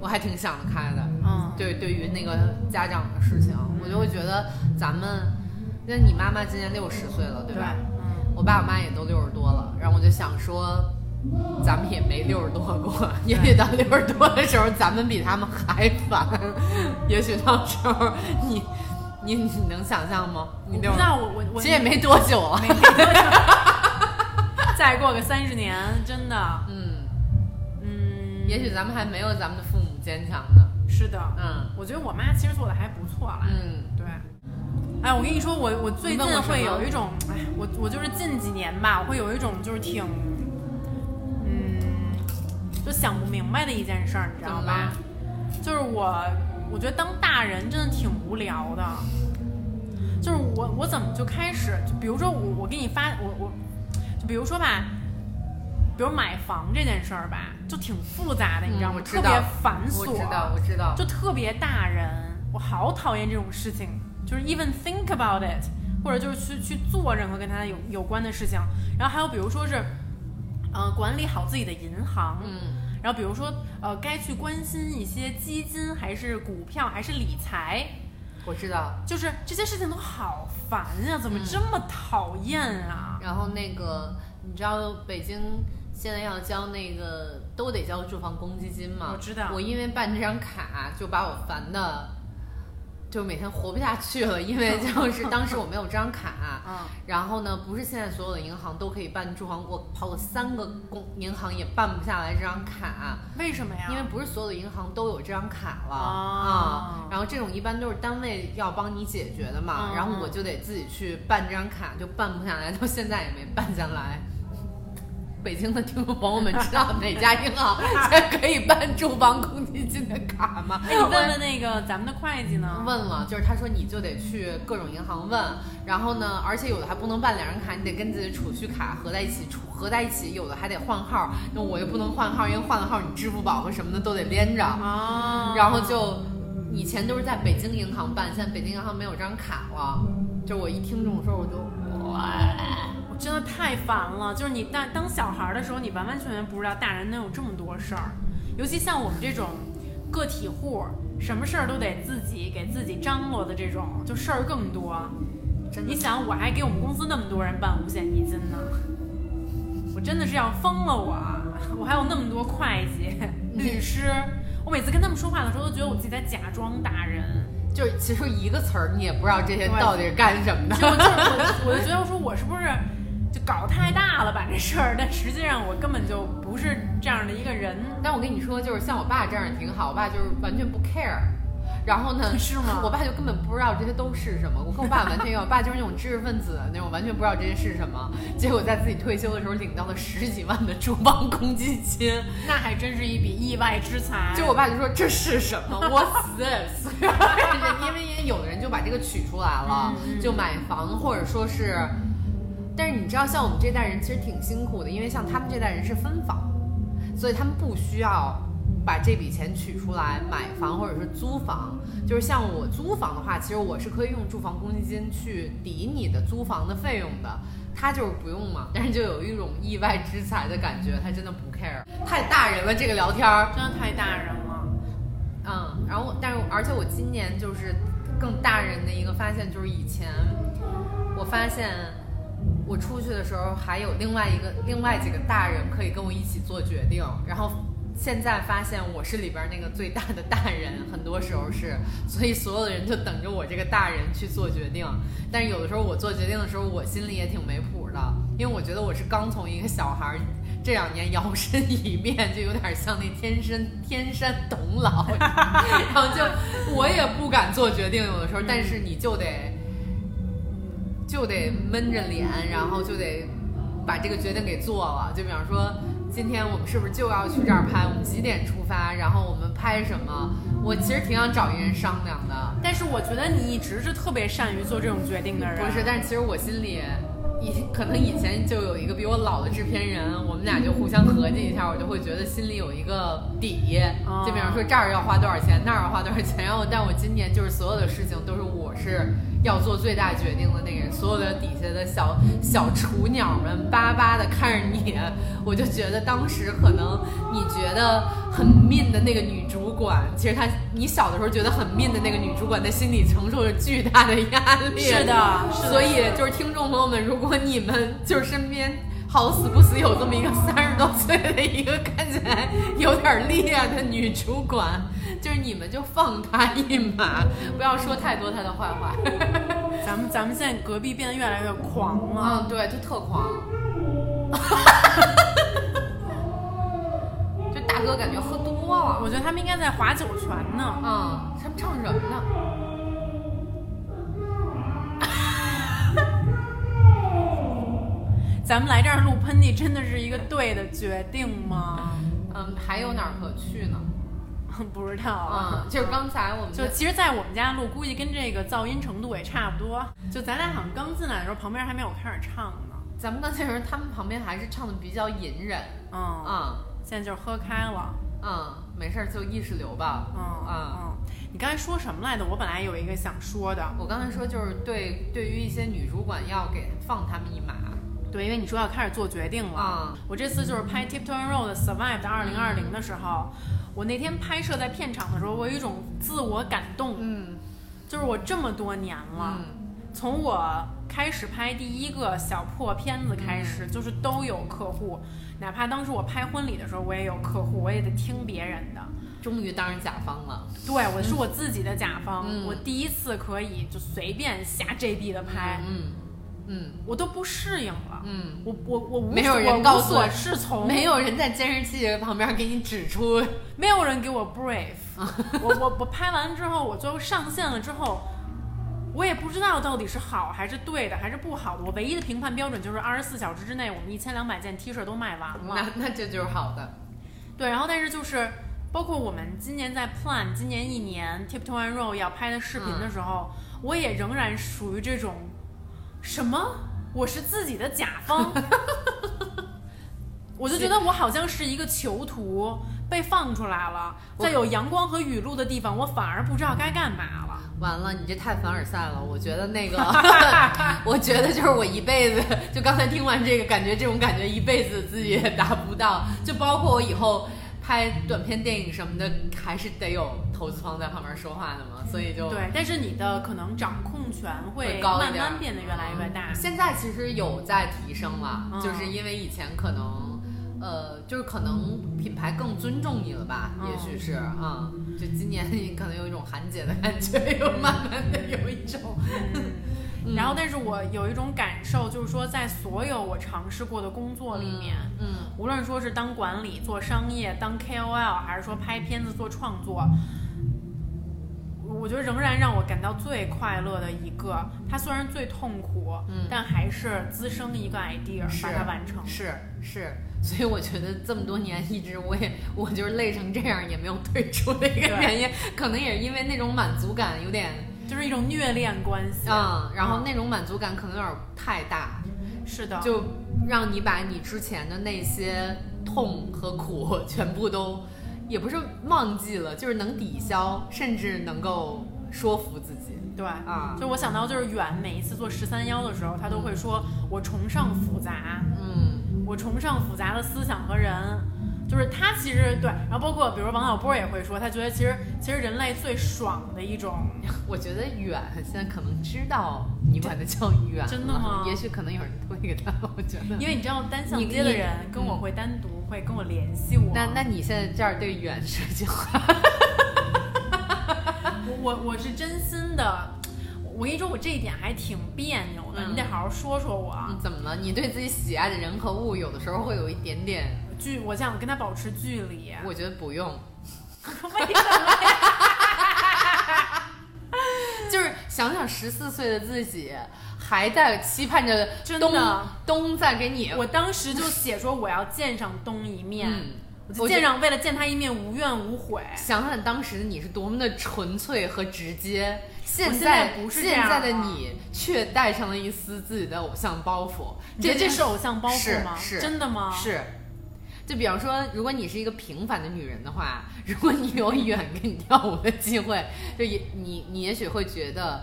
Speaker 1: 我还挺想得开的。
Speaker 2: 嗯，
Speaker 1: 对，对于那个家长的事情，我就会觉得咱们，那你妈妈今年六十岁了，
Speaker 2: 对
Speaker 1: 对吧？
Speaker 2: 嗯，
Speaker 1: 我爸我妈也都六十多了，然后我就想说，咱们也没六十多过，也许到六十多的时候，咱们比他们还烦，也许到时候你你你能想象吗？你
Speaker 2: 我不
Speaker 1: 六十
Speaker 2: 知道我我我
Speaker 1: 其实也没多久啊，
Speaker 2: 没没多久 再过个三十年，真的，
Speaker 1: 嗯，
Speaker 2: 嗯，
Speaker 1: 也许咱们还没有咱们的父母坚强呢，
Speaker 2: 是的，
Speaker 1: 嗯
Speaker 2: 我觉得我妈其实做的还不错啦。
Speaker 1: 嗯
Speaker 2: 对。哎，我跟你说，我我最
Speaker 1: 你
Speaker 2: 近
Speaker 1: 问我什么
Speaker 2: 会有一种，哎，我我就是近几年吧，我会有一种就是挺，嗯，就想不明白的一件事儿，你知道
Speaker 1: 怎么
Speaker 2: 吧
Speaker 1: 了？
Speaker 2: 就是我，我觉得当大人真的挺无聊的。就是我，我怎么就开始？就比如说我，我给你发，我我，就比如说吧，比如买房这件事儿吧，就挺复杂的，你知道
Speaker 1: 嗯
Speaker 2: 吗？
Speaker 1: 我知
Speaker 2: 特
Speaker 1: 道
Speaker 2: 别繁琐。
Speaker 1: 我知道我知道，
Speaker 2: 就特别大人，我好讨厌这种事情，就是 even think about it，或者就是去去做任何跟他有有关的事情。然后还有比如说是，呃，管理好自己的银行，
Speaker 1: 嗯
Speaker 2: 然后比如说呃，该去关心一些基金还是股票还是理财，
Speaker 1: 我知道，
Speaker 2: 就是这些事情都好烦呀、怎么
Speaker 1: 嗯
Speaker 2: 这么讨厌啊？
Speaker 1: 然后那个你知道北京现在要交那个都得交住房公积金吗？
Speaker 2: 我知道
Speaker 1: 我因为办这张卡就把我烦的，就每天活不下去了，因为 就是当时我没有这张卡。
Speaker 2: 啊、
Speaker 1: 然后呢，不是现在所有的银行都可以办住房，我跑了三个公银行也办不下来这张卡，
Speaker 2: 为什么呀？
Speaker 1: 因为不是所有的银行都有这张卡了
Speaker 2: 哦
Speaker 1: 啊。然后这种一般都是单位要帮你解决的嘛，
Speaker 2: 嗯
Speaker 1: 然后我就得自己去办这张卡，就办不下来，到现在也没办下来。北京的听众朋友们知道哪家 银行现在可以办住房公积金的卡吗？
Speaker 2: 哎那你问问那个咱们的会计呢？哦
Speaker 1: 问了，就是他说你就得去各种银行问，然后呢，而且有的还不能办两张卡，你得跟自己的储蓄卡合在一起储合在一起，有的还得换号，那我又不能换号，因为换了号你支付宝和什么的都得连着，
Speaker 2: 啊，
Speaker 1: 嗯然后就以前都是在北京银行办，现在北京银行没有这张卡了，就我一听这种事儿我就
Speaker 2: 我真的太烦了，就是你当当小孩儿的时候，你完完全全不知道大人能有这么多事儿，尤其像我们这种个体户，什么事儿都得自己给自己张罗的这种，就事儿更多。
Speaker 1: 真
Speaker 2: 你
Speaker 1: 的
Speaker 2: 想，我还给我们公司那么多人办五险一金呢，我真的是要疯了我！啊我还有那么多会计、
Speaker 1: 嗯
Speaker 2: 律师，我每次跟他们说话的时候，都觉得我自己在假装大人。
Speaker 1: 就是其实一个词儿你也不知道这些到底是干什么
Speaker 2: 就
Speaker 1: 的，
Speaker 2: 就是我，我就觉得说我是不是就搞太大了把这事儿，但实际上我根本就不是这样的一个人，
Speaker 1: 但我跟你说，就是像我爸这样也挺好，我爸就是完全不 care。然后呢？
Speaker 2: 是吗
Speaker 1: 我爸就根本不知道这些都是什么。我跟我爸完全一样，我爸就是那种知识分子那种，完全不知道这些是什么。结果在自己退休的时候领到了十几万的住房公积金，
Speaker 2: 那还真是一笔意外之财。
Speaker 1: 就我爸就说这是什 么？What's this？因为因为有的人就把这个取出来了，就买房或者说是，但是你知道，像我们这代人其实挺辛苦的，因为像他们这代人是分房，所以他们不需要把这笔钱取出来买房或者是租房。就是像我租房的话，其实我是可以用住房公积金去抵你的租房的费用的。他就是不用嘛，但是就有一种意外之财的感觉，他真的不 care，太大人了这个聊天儿。
Speaker 2: 真的太大人了。
Speaker 1: 嗯，然后我但是我而且我今年就是更大人的一个发现，就是以前我发现我出去的时候还有另外一个另外几个大人可以跟我一起做决定，然后现在发现我是里边那个最大的大人，很多时候是，所以所有的人就等着我这个大人去做决定，但是有的时候我做决定的时候，我心里也挺没谱的，因为我觉得我是刚从一个小孩儿这两年摇身一变，就有点像那天生天山董老，然后就我也不敢做决定，有的时候，但是你就得就得闷着脸，然后就得把这个决定给做了。就比方说，今天我们是不是就要去这儿拍？我们几点出发？然后我们拍什么？我其实挺想找一人商量的，
Speaker 2: 但是我觉得你一直是特别善于做这种决定的人。
Speaker 1: 不是，但是其实我心里。以可能以前就有一个比我老的制片人，我们俩就互相合计一下，我就会觉得心里有一个底。就比方说这儿要花多少钱，那儿要花多少钱。然后，但我今年就是所有的事情都是我是要做最大决定的那个人，所有的底下的小小雏鸟们巴巴的看着你，我就觉得当时可能你觉得很 mean 的那个女主管，其实她你小的时候觉得很 mean 的那个女主管，在心里承受着巨大的压力。
Speaker 2: 是的是的
Speaker 1: 所以就是听众朋友们，如果你们就是身边好死不死有这么一个三十多岁的一个看起来有点厉害的女主管，就是你们就放她一马，不要说太多她的坏 话。
Speaker 2: 咱们咱们现在隔壁变得越来越狂了。
Speaker 1: 嗯，对，就特 狂。这大哥感觉喝多了。
Speaker 2: 我觉得他们应该在划酒泉呢。
Speaker 1: 嗯，他们唱什么呢？
Speaker 2: 咱们来这儿录喷嚏，真的是一个对的决定吗？
Speaker 1: 嗯，还有哪儿可去呢？
Speaker 2: 不知道啊
Speaker 1: 嗯，。就是刚才我们
Speaker 2: 就其实，在我们家录，估计跟这个噪音程度也差不多。就咱俩好像刚进来的时候，旁边还没有开始唱呢。
Speaker 1: 咱们刚才说他们旁边还是唱的比较隐忍。
Speaker 2: 嗯，
Speaker 1: 嗯
Speaker 2: 现在就是喝开了。
Speaker 1: 嗯，没事儿，就意识流吧。
Speaker 2: 嗯
Speaker 1: 啊、
Speaker 2: 嗯，你刚才说什么来着？我本来有一个想说的，
Speaker 1: 我刚才说就是对，对于一些女主管要给放他们一马。
Speaker 2: 对，因为你说要开始做决定了。
Speaker 1: 啊
Speaker 2: 我这次就是拍《Tiptoe and Roll》的《Survived》二零二零的时候，我那天拍摄在片场的时候，我有一种自我感动，
Speaker 1: 嗯
Speaker 2: 就是我这么多年了，
Speaker 1: 嗯
Speaker 2: 从我开始拍第一个小破片子开
Speaker 1: 嗯
Speaker 2: 始，就是都有客户，哪怕当时我拍婚礼的时候，我也有客户，我也得听别人的。
Speaker 1: 终于当上甲方了。
Speaker 2: 对，我是我自己的甲方，
Speaker 1: 嗯
Speaker 2: 我第一次可以就随便瞎 JB 的拍，
Speaker 1: 嗯嗯
Speaker 2: 我都不适应了。
Speaker 1: 嗯
Speaker 2: 我我我无
Speaker 1: 没有
Speaker 2: 所
Speaker 1: 人
Speaker 2: 我无
Speaker 1: 告诉
Speaker 2: 所
Speaker 1: 我
Speaker 2: 适从，
Speaker 1: 嗯，没有人在监视器旁边给你指出。
Speaker 2: 没有人给我 brief，我我我拍完之后，我最后上线了之后，我也不知道到底是好还是对的还是不好的。我唯一的评判标准就是二十四小时之内，我们一千两百件 T 恤都卖完了
Speaker 1: 那。那这就是好的。
Speaker 2: 对，然后但是就是包括我们今年在 plan 今年一年 Tiptoe and Roll 要拍的视频
Speaker 1: 嗯
Speaker 2: 的时候，我也仍然属于这种什么，我是自己的甲方， 我就觉得我好像是一个囚徒被放出来了，
Speaker 1: 我
Speaker 2: 在有阳光和雨露的地方，我反而不知道该干嘛了。
Speaker 1: 完了，你这太凡尔赛了。我觉得 那个， 我觉得就是我一辈子， 就刚才听完这个，感觉这种感觉一辈子自己也
Speaker 2: 嗯
Speaker 1: 达不到。就包括我以后拍短片电影什么的，还是得有投资方在旁边说话的嘛，所以就
Speaker 2: 嗯 对，但是你的可能掌控权
Speaker 1: 会高一
Speaker 2: 慢
Speaker 1: 点
Speaker 2: 慢变得越来越大。
Speaker 1: 现在其实有在提升了，
Speaker 2: 嗯
Speaker 1: 就是因为以前可能，呃，就是可能品牌更尊重你了吧，
Speaker 2: 嗯
Speaker 1: 也许是啊、嗯就今年你可能有一种韩姐的感觉，又慢慢的有一种，嗯
Speaker 2: 然后，但是我有一种感受，就是说，在所有我尝试过的工作里面，
Speaker 1: 嗯
Speaker 2: 无论说是当管理、做商业、当 KOL，还是说拍片子、做创作，我觉得仍然让我感到最快乐的一个，它虽然最痛苦，
Speaker 1: 嗯
Speaker 2: 但还是滋生一个 idea
Speaker 1: 是
Speaker 2: 把它完成。
Speaker 1: 是是，所以我觉得这么多年一直我也我就是累成这样，也没有退出的一个
Speaker 2: 对
Speaker 1: 原因，可能也是因为那种满足感有点，
Speaker 2: 就是一种虐恋关系。
Speaker 1: 嗯，然后那种满足感可能有点太大，
Speaker 2: 是的，
Speaker 1: 就让你把你之前的那些痛和苦 全部都，也不是忘记了，就是能抵消，甚至能够说服自己
Speaker 2: 对。
Speaker 1: 啊，
Speaker 2: 就我想到就是远每一次做十三幺的时候，他都会说我崇尚复杂，
Speaker 1: 嗯
Speaker 2: 我崇尚复杂的思想和人，就是他其实对，然后包括比如王小波也会说，他觉得其实其实人类最爽的一种，
Speaker 1: 我觉得远现在可能知道你管它叫远了，
Speaker 2: 真的吗
Speaker 1: 也许可能有人推给他，我觉得。
Speaker 2: 因为你知道单向
Speaker 1: 你
Speaker 2: 街的
Speaker 1: 你嗯
Speaker 2: 人跟我会单独会跟我联系我，
Speaker 1: 那那你现在这样对远说句话，
Speaker 2: 我我我是真心的，我跟你说我这一点还挺别扭的，你得好好说说我。
Speaker 1: 嗯怎么了？你对自己喜爱的人和物，有的时候会有一点点，
Speaker 2: 距，我想跟他保持距离。
Speaker 1: 我觉得不用，
Speaker 2: 为什 么？
Speaker 1: 就是想想十四岁的自己，还在期盼着
Speaker 2: 真
Speaker 1: 东
Speaker 2: 的
Speaker 1: 东在给你，
Speaker 2: 我当时就写说我要见上东一面，
Speaker 1: 嗯
Speaker 2: 我就
Speaker 1: 我觉
Speaker 2: 见上为了见他一面无怨无悔。
Speaker 1: 想想当时你是多么的纯粹和直接，现
Speaker 2: 现
Speaker 1: 在
Speaker 2: 在不是这
Speaker 1: 现
Speaker 2: 样
Speaker 1: 在的
Speaker 2: 了
Speaker 1: 你却带上了一丝自己的偶像包袱，
Speaker 2: 你觉得这
Speaker 1: 就是
Speaker 2: 偶像包
Speaker 1: 是
Speaker 2: 袱吗？
Speaker 1: 是
Speaker 2: 真的吗？
Speaker 1: 是。就比方说，如果你是一个平凡的女人的话，如果你有远跟你跳舞的机会，就也你你也许会觉得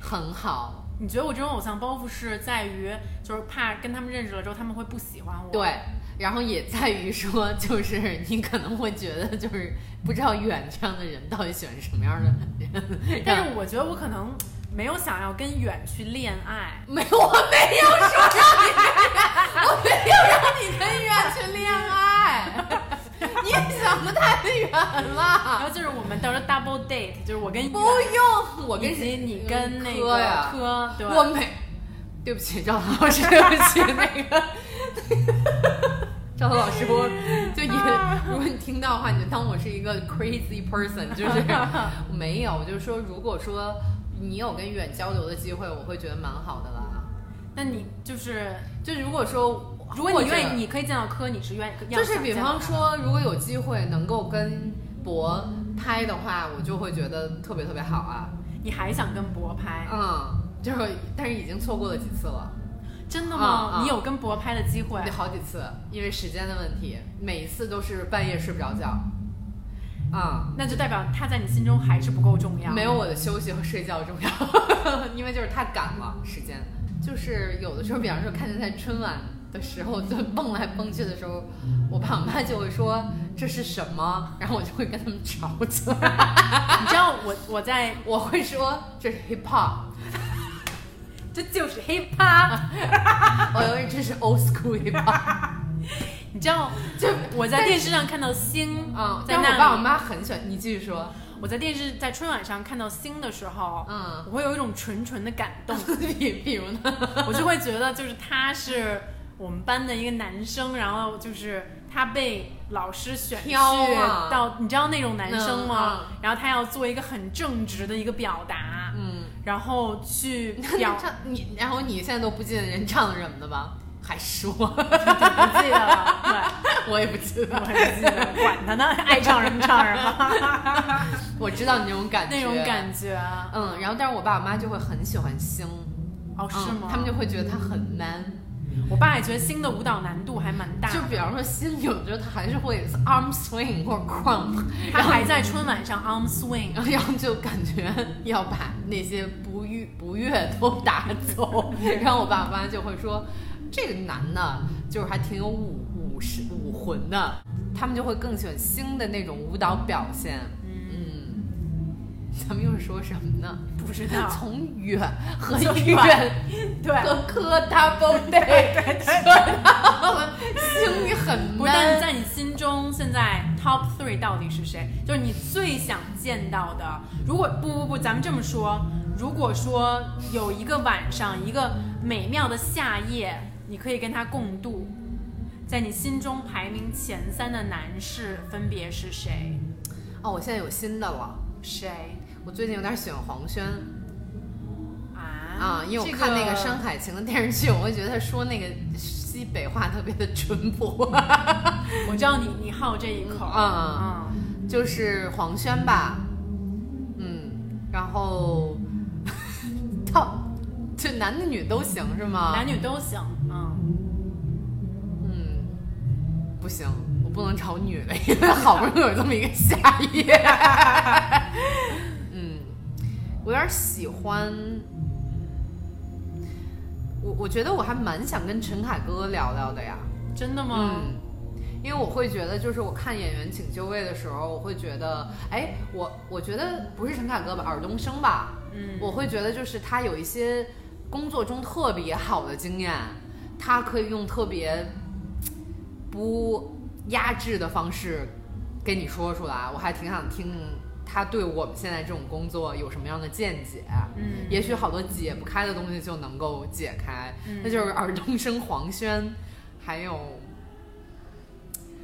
Speaker 1: 很好，
Speaker 2: 你觉得我这种偶像包袱是在于，就是怕跟他们认识了之后他们会不喜欢我。
Speaker 1: 对。然后也在于说，就是你可能会觉得，就是不知道远这样的人到底喜欢什么样的人。
Speaker 2: 但是我觉得我可能没有想要跟远去恋爱，
Speaker 1: 没有，我没有说让你，我没有让你跟远去恋爱， 你想的太远
Speaker 2: 然
Speaker 1: 了。
Speaker 2: 后就是我们到时候 double date，就是我跟
Speaker 1: 不
Speaker 2: 远
Speaker 1: 用，我
Speaker 2: 以
Speaker 1: 跟
Speaker 2: 及
Speaker 1: 谁？
Speaker 2: 你跟那
Speaker 1: 柯
Speaker 2: 个
Speaker 1: 嗯呀，
Speaker 2: 科，对吧？
Speaker 1: 我没。对不起，赵老师，对不起，那个赵老师，我就也，如果你听到的话，你就当我是一个 crazy person，就是 我没有，我就是说，如果说你有跟远交流的机会，我会觉得蛮好的啦。
Speaker 2: 那你就是，
Speaker 1: 就如果说，
Speaker 2: 如果你
Speaker 1: 或者
Speaker 2: 愿意，你可以见到科，你是愿意，
Speaker 1: 就是比方，说，如果有机会能够跟博拍的话，我就会觉得特别特别好啊。
Speaker 2: 你还想跟博拍，
Speaker 1: 嗯，就是但是已经错过了几次了，
Speaker 2: 真的
Speaker 1: 啊
Speaker 2: 吗？
Speaker 1: 啊
Speaker 2: 你有跟博拍的机会
Speaker 1: 有？好几次，因为时间的问题，每一次都是半夜睡不着觉。啊、
Speaker 2: 那就代表他在你心中还是不够重要。
Speaker 1: 没有我的休息和睡觉重要， 因为就是太赶了，时间。就是有的时候，比方说看见在春晚的时候，就蹦来蹦去的时候，我爸我妈就会说这是什么，然后我就会跟他们吵起来。
Speaker 2: 你知道我我在
Speaker 1: 我会说这是 hip hop，
Speaker 2: 这就是 hip hop，
Speaker 1: 哦我认为这是 old school hip hop。
Speaker 2: 你知道
Speaker 1: 就
Speaker 2: 我在电视上看到星
Speaker 1: 嗯，
Speaker 2: 在
Speaker 1: 但
Speaker 2: 那
Speaker 1: 我爸我
Speaker 2: 里
Speaker 1: 妈很喜欢。你继续说，
Speaker 2: 我在电视在春晚上看到星的时候，
Speaker 1: 嗯，
Speaker 2: 我会有一种纯纯的感 动，
Speaker 1: 比比如呢？
Speaker 2: 我就会觉得就是他是我们班的一个男生，然后就是他被老师选去
Speaker 1: 挑啊
Speaker 2: 到，你知道那种男生吗？
Speaker 1: 嗯
Speaker 2: 然后他要做一个很正直的一个表达，
Speaker 1: 嗯，
Speaker 2: 然后 去表
Speaker 1: 唱，你，然后你现在都不记得人唱的什么的吧？还说，
Speaker 2: 不记得了，对，
Speaker 1: 我也不记
Speaker 2: 我
Speaker 1: 得。
Speaker 2: 还记得，管他呢，爱唱什么唱什 么，
Speaker 1: 我知道你那种感觉，
Speaker 2: 那种。感觉，
Speaker 1: 嗯，然后但是我爸我妈就会很喜欢星，
Speaker 2: 哦，是
Speaker 1: 嗯
Speaker 2: 吗？
Speaker 1: 他们就会觉得他很 man。
Speaker 2: 我爸也觉得星的舞蹈难度还蛮大的，
Speaker 1: 就比方说星，有的时候他还是会 arm swing 或者 crump，
Speaker 2: 他还在春晚上 arm swing。
Speaker 1: 然后就感觉 要把那些不悦不悦都打 走，然后我爸妈就会说，这个男的，就是还挺有武武士武魂的，他们就会更喜欢新的那种舞蹈表现。嗯，咱们又是说什么呢？
Speaker 2: 不知道
Speaker 1: 从 远和
Speaker 2: 就
Speaker 1: 远
Speaker 2: 对，
Speaker 1: 和磕 double day，说到了心很
Speaker 2: 不但
Speaker 1: man，
Speaker 2: 在你心中，现在 top three 到底是谁？就是你最想见到的。如果不不不，咱们这么说，如果说有一个晚上，一个美妙的夏夜，你可以跟他共度，在你心中排名前三的男士分别是谁？
Speaker 1: 哦，我现在有新的了，
Speaker 2: 谁
Speaker 1: 我最近有点喜欢黄轩。
Speaker 2: 啊？
Speaker 1: 啊，因为我
Speaker 2: 这
Speaker 1: 看那个《山海情》的电视剧，我会觉得他说那个西北话特别的淳朴。
Speaker 2: 我知道你你好这一口
Speaker 1: 嗯
Speaker 2: 嗯
Speaker 1: 就是黄轩吧，嗯，然后到就男的女都行是吗？
Speaker 2: 男女都行，嗯，
Speaker 1: 嗯，不行，我不能找女的，因为好不容易有这么一个夏夜。 嗯，我有点喜欢。我我觉得我还蛮想跟陈凯歌聊聊的呀，
Speaker 2: 真的吗？
Speaker 1: 嗯，因为我会觉得，就是我看《演员请就位》的时候，我会觉得，哎，我我觉得不是陈凯歌吧，尔冬升吧，
Speaker 2: 嗯
Speaker 1: 我会觉得就是他有一些工作中特别好的经验，他可以用特别不压制的方式跟你说出来，我还挺想听听他对我们现在这种工作有什么样的见解。啊
Speaker 2: 嗯
Speaker 1: 也许好多解不开的东西就能够解开，
Speaker 2: 嗯
Speaker 1: 那就是尔冬升、黄轩，还有，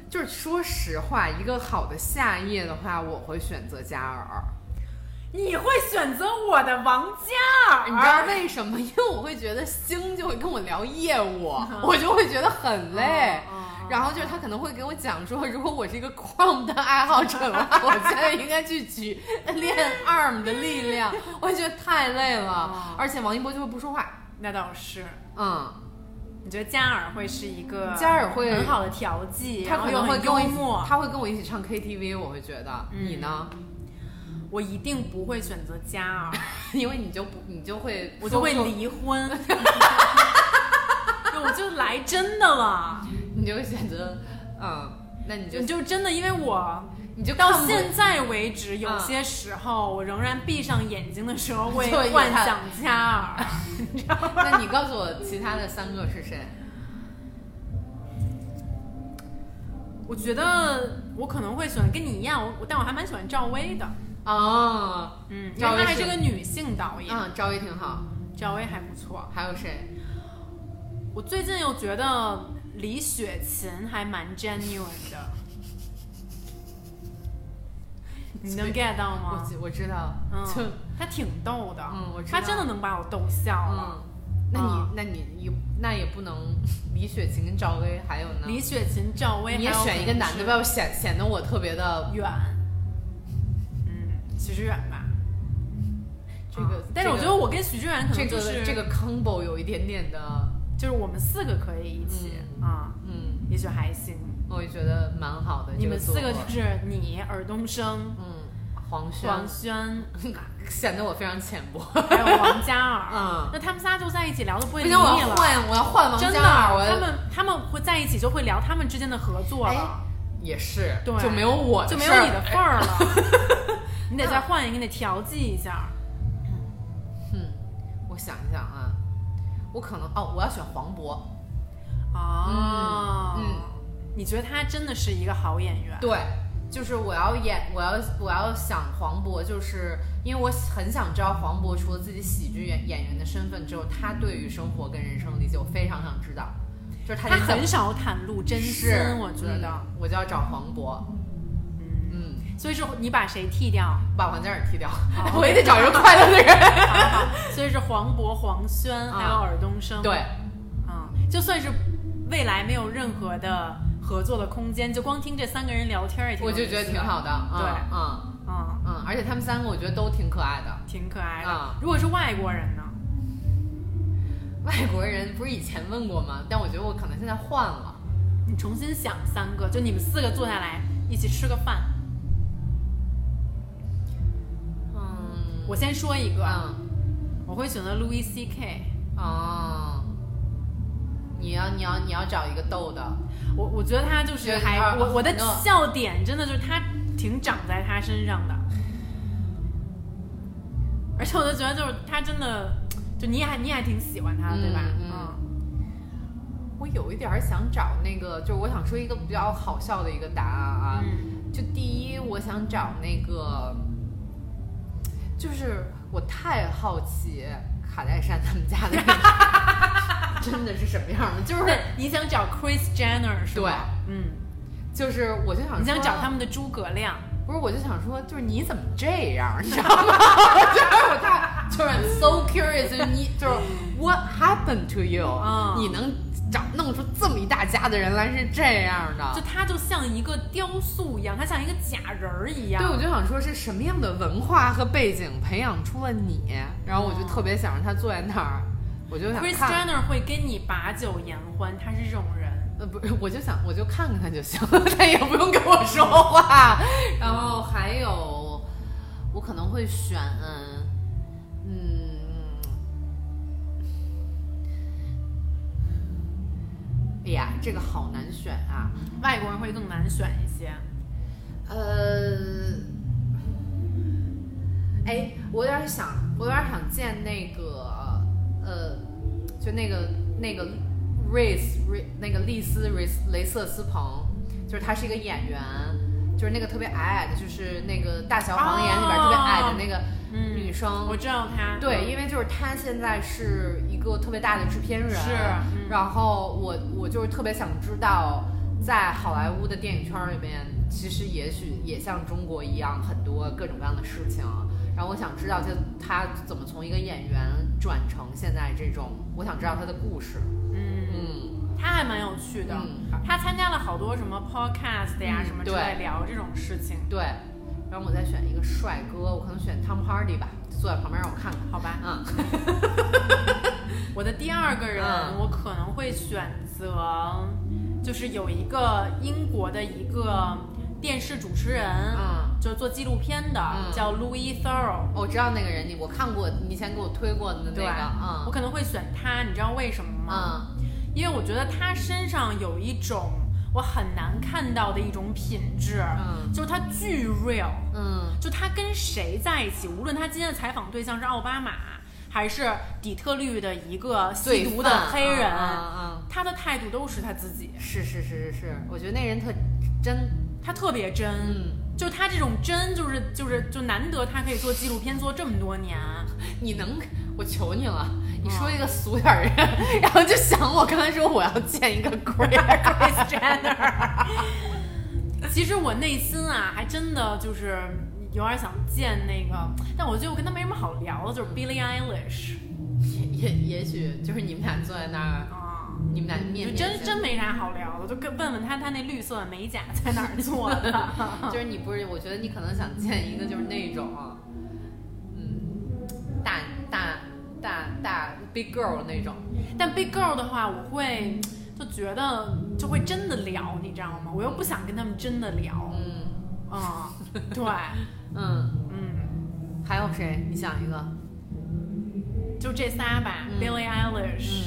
Speaker 1: 就是说实话，一个好的夏夜的话，我会选择加尔。
Speaker 2: 你会选择我的王嘉尔，
Speaker 1: 你知道为什么？因为我会觉得星就会跟我聊业务，我就会觉得很累。
Speaker 2: 嗯嗯嗯
Speaker 1: 然后就是他可能会给我讲说，如果我是一个 Chrome 的爱好者的话，我现在应该去举练 ARM 的力量，我觉得太累了
Speaker 2: 哦。
Speaker 1: 而且王一博就会不说话，
Speaker 2: 那倒是。
Speaker 1: 嗯，
Speaker 2: 你觉得嘉尔会是一个
Speaker 1: 嘉尔会
Speaker 2: 很好的调剂，
Speaker 1: 他
Speaker 2: 然后
Speaker 1: 可
Speaker 2: 又
Speaker 1: 能会
Speaker 2: 很
Speaker 1: 跟我
Speaker 2: 幽
Speaker 1: 一起
Speaker 2: 默。嗯
Speaker 1: 他会跟我一起唱 KTV，我会觉得你呢，
Speaker 2: 我一定不会选择嘉尔，
Speaker 1: 因为你就不你就会
Speaker 2: 我就会
Speaker 1: 说不出，
Speaker 2: 离 婚。对我就来真的了，
Speaker 1: 你就会选择，嗯，那你就
Speaker 2: 你就真的因为我
Speaker 1: 你就
Speaker 2: 到
Speaker 1: 看不
Speaker 2: 现在为止，有
Speaker 1: 嗯
Speaker 2: 些时候我仍然闭上眼睛的时候会
Speaker 1: 就会
Speaker 2: 幻
Speaker 1: 看
Speaker 2: 想嘉尔。
Speaker 1: 那你告诉我其他的三个是 谁？
Speaker 2: 我觉得我可能会选跟你一样，我我但我还蛮喜欢赵薇的，
Speaker 1: 哦，
Speaker 2: 嗯，因
Speaker 1: 赵
Speaker 2: 为
Speaker 1: 薇
Speaker 2: 她还是
Speaker 1: 是
Speaker 2: 个女性导演，
Speaker 1: 嗯，赵薇挺好，
Speaker 2: 赵薇还不错。
Speaker 1: 还有谁？
Speaker 2: 我最近又觉得李雪琴还蛮 genuine 的，你能 get 到
Speaker 1: 我
Speaker 2: 吗？
Speaker 1: 知我知道，
Speaker 2: 哦嗯
Speaker 1: 就，
Speaker 2: 她挺逗的，
Speaker 1: 嗯我知道
Speaker 2: 她真的能把我逗笑了。
Speaker 1: 嗯，那
Speaker 2: 啊
Speaker 1: 你那你也那也不能李雪琴跟赵薇还有呢？
Speaker 2: 李雪琴、赵薇，
Speaker 1: 你也选一个男的，吧，，显显得我特别的
Speaker 2: 远，嗯，许志远吧。
Speaker 1: 这个
Speaker 2: 啊。但是我觉得我跟许志远可
Speaker 1: 这
Speaker 2: 能就
Speaker 1: 个
Speaker 2: 是
Speaker 1: 这个 combo 有一点点的，
Speaker 2: 就是我们四个可以一起啊、
Speaker 1: 嗯，
Speaker 2: 也许还行。
Speaker 1: 我也觉得蛮好的。
Speaker 2: 你们四个
Speaker 1: 这
Speaker 2: 就
Speaker 1: 组合
Speaker 2: 是你、尔冬升、
Speaker 1: 嗯，黄轩
Speaker 2: 黄 轩，
Speaker 1: 显得我非常浅薄。
Speaker 2: 还有王嘉尔。
Speaker 1: 嗯
Speaker 2: 那他们仨就在一起聊的不会
Speaker 1: 不
Speaker 2: 腻
Speaker 1: 行，我
Speaker 2: 了
Speaker 1: 要。换，我要换王
Speaker 2: 真的，啊
Speaker 1: 嘉尔，我要
Speaker 2: 他们他们会在一起就会聊他们之间的合作了，
Speaker 1: 也是，
Speaker 2: 对
Speaker 1: 就没有我的
Speaker 2: 就没
Speaker 1: 哎事
Speaker 2: 有
Speaker 1: 儿
Speaker 2: 你的份儿了。 你得再换一个，你得调剂一下。
Speaker 1: 嗯，我想一想啊，我可能哦，我要选黄渤。
Speaker 2: 哦，
Speaker 1: 嗯
Speaker 2: 你觉得他真的是一个好演员？
Speaker 1: 对，就是我要演，我要我要想黄渤，就是因为我很想知道黄渤除了自己喜剧演演员的身份之后，他对于生活跟人生的理解，我非常想知道，就是
Speaker 2: 他
Speaker 1: 他是怎么
Speaker 2: 很少袒露真心
Speaker 1: 是，
Speaker 2: 我觉得。
Speaker 1: 嗯我就要找黄渤，
Speaker 2: 嗯，
Speaker 1: 嗯，
Speaker 2: 所以说你把谁剃 掉？
Speaker 1: 把王嘉尔剃掉，
Speaker 2: 好
Speaker 1: 我也得找一个快乐 的人。
Speaker 2: 好好所以是黄渤、黄轩
Speaker 1: 啊
Speaker 2: 还有尔冬升。
Speaker 1: 对，
Speaker 2: 嗯，就算是未来没有任何的合作的空间，就光听这三个人聊天儿也挺
Speaker 1: 我
Speaker 2: 有意思的，
Speaker 1: 就觉得挺好的，嗯
Speaker 2: 对，
Speaker 1: 嗯
Speaker 2: 嗯，
Speaker 1: 嗯，而且他们三个我觉得都挺可爱的。
Speaker 2: 挺可爱的。
Speaker 1: 啊
Speaker 2: 如果是外国人呢？
Speaker 1: 外国人不是以前问过吗？但我觉得我可能现在换了。
Speaker 2: 你重新想三个，就你们四个坐下来一起吃个饭。
Speaker 1: 嗯，
Speaker 2: 我先说一个，啊
Speaker 1: 嗯
Speaker 2: 我会选择 Louis C K。
Speaker 1: 哦，你要你要你要找一个逗的，
Speaker 2: 我我觉得他就是
Speaker 1: 对
Speaker 2: 还
Speaker 1: 啊
Speaker 2: 我我的
Speaker 1: 很逗
Speaker 2: 笑点真的就是他挺长在他身上的，而且我就觉得就是他真的，就你也还你也还挺喜欢他的，对吧？
Speaker 1: 嗯我有一点儿想找那个，就是我想说一个比较好笑的一个答案啊。
Speaker 2: 嗯
Speaker 1: 就第一，我想找那个，就是我太好奇卡戴珊他们 家的那个真的是什么样的，就
Speaker 2: 就是是你想找 Chris Jenner 是吧？对，嗯，
Speaker 1: 就是，我就想
Speaker 2: 你想
Speaker 1: 说
Speaker 2: 找他们的诸葛亮，
Speaker 1: 不是，我就想说，就是你怎么这样，你知道吗？ 就是我太就是 so curious，就是你就是 what happened to you？、
Speaker 2: 啊
Speaker 1: 你能找弄出这么一大家子人来是这样
Speaker 2: 就
Speaker 1: 的？
Speaker 2: 他就像一个雕塑一样，他像一个假人儿一样。
Speaker 1: 对，我就想说是什么样的文化和背景培养出了你？然后我就特别想让他坐在那儿，我就想
Speaker 2: Chris
Speaker 1: 看，
Speaker 2: Jenner 会跟你把酒言欢，他是这种人。
Speaker 1: 呃，不是，我就想我就看看他就行， 他也不用跟我说话。然后还有，我可能会选，嗯，哎呀，这个好难选啊。
Speaker 2: 外国人会更难选一些。
Speaker 1: 呃，哎，我有点想，我有点想见那个，呃，就那个那个瑞斯瑞那个丽丝瑞斯雷瑟斯彭，就是他是一个演员，就是那个特别矮矮的，就是那个《大小谎言》里边特别矮的那个女生。
Speaker 2: 嗯我知道他，嗯
Speaker 1: 对，因为就是她现在是一个特别大的制片人，
Speaker 2: 是嗯
Speaker 1: 然后我我就是特别想知道，在好莱坞的电影圈里面，其实也许也像中国一样，很多各种各样的事情。然后我想知道就她怎么从一个演员转成现在这种，我想知道她的故事。
Speaker 2: 嗯，
Speaker 1: 嗯，
Speaker 2: 他还蛮有趣的。
Speaker 1: 嗯
Speaker 2: 他参加了好多什么 podcast 呀、
Speaker 1: 嗯
Speaker 2: 什么之
Speaker 1: 对
Speaker 2: 类聊这种事情，
Speaker 1: 对。然后我再选一个帅哥，我可能选 Tom Hardy 吧，坐在旁边让我看看。
Speaker 2: 好吧？
Speaker 1: 嗯，
Speaker 2: 我的第二个人，
Speaker 1: 嗯
Speaker 2: 我可能会选择，就是有一个英国的一个电视主持人，
Speaker 1: 嗯
Speaker 2: 就是做纪录片的，
Speaker 1: 嗯
Speaker 2: 叫 Louis Thorough。
Speaker 1: 哦我知道那个人，你我看过，你以前给我推过的那
Speaker 2: 对
Speaker 1: 个，
Speaker 2: 我
Speaker 1: 嗯
Speaker 2: 可能会选他，你知道为什么吗？
Speaker 1: 嗯
Speaker 2: 因为我觉得他身上有一种我很难看到的一种品质，
Speaker 1: 嗯
Speaker 2: 就是他巨 real，
Speaker 1: 嗯
Speaker 2: 就他跟谁在一起，无论他今天的采访对象是奥巴马，还是底特律的一个吸毒的黑人，
Speaker 1: 嗯嗯
Speaker 2: 他的态度都是他自己，
Speaker 1: 嗯，是是是是是，我觉得那人特真，
Speaker 2: 他特别真，
Speaker 1: 嗯，
Speaker 2: 就他这种真，就是就是就难得他可以做纪录片做这么多年，啊
Speaker 1: 你能，我求你了，你说一个俗点儿人， 然后就想我刚才说我要见一 个 queer，
Speaker 2: Kris Jenner 其实我内心啊，还真的就是有点想见那个，但我觉得我跟他没什么好聊的，
Speaker 1: 嗯
Speaker 2: 就是 Billie Eilish
Speaker 1: 也也也许就是你们俩坐在那儿，
Speaker 2: 啊。
Speaker 1: 你们俩面
Speaker 2: 就
Speaker 1: 面
Speaker 2: 真
Speaker 1: 相
Speaker 2: 真没啥好聊的，就跟问问他他那绿色的美甲在哪儿做的。
Speaker 1: 就是你不是，我觉得你可能想见一个就是那种，嗯，大大大大 big girl 那种，
Speaker 2: 但 Big Girl 的话，我会就觉得就会真的聊，你知道吗？我又不想跟他们真的聊。
Speaker 1: 嗯
Speaker 2: 嗯，对，
Speaker 1: 嗯，
Speaker 2: 嗯，
Speaker 1: 还有谁？你想一个，
Speaker 2: 就这仨吧、
Speaker 1: 嗯
Speaker 2: b i l l i e Eilish、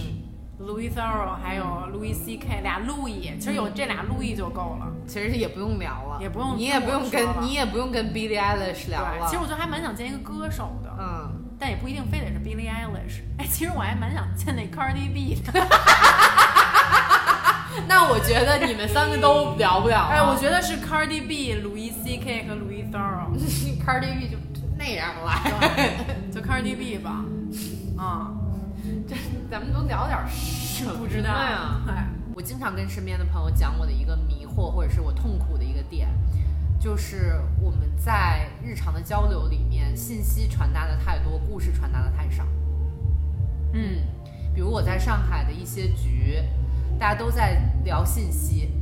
Speaker 2: Louis Thorough 还有 Louis C.K. 俩路易，其实有这俩路易就够了。
Speaker 1: 其实也不用聊了，
Speaker 2: 也不用
Speaker 1: 你也不用
Speaker 2: 听我说
Speaker 1: 跟
Speaker 2: 了
Speaker 1: 你也不用跟 Billie Eilish 聊
Speaker 2: 对，其实
Speaker 1: 了，
Speaker 2: 我觉得还蛮想见一个歌手的，
Speaker 1: 嗯，
Speaker 2: 但也不一定非得是 Billie Eilish。哎，其实我还蛮想见那 Cardi B 的。
Speaker 1: 那我觉得你们三个都聊不了了， 啊
Speaker 2: 哎， 我觉得 是 Cardi B、Louis C.K. 和 Louis Thorough，
Speaker 1: Cardi B 就那样了，
Speaker 2: 对就 Cardi B 吧。啊、
Speaker 1: 这咱们都聊点什么
Speaker 2: 不知道
Speaker 1: 呀？
Speaker 2: 哎
Speaker 1: 我经常跟身边的朋友讲我的一个迷惑，或者是我痛苦的一个点，就是我们在日常的交流里面，信息传达的太多，故事传达的太少。
Speaker 2: 嗯，
Speaker 1: 比如我在上海的一些局，大家都在聊信息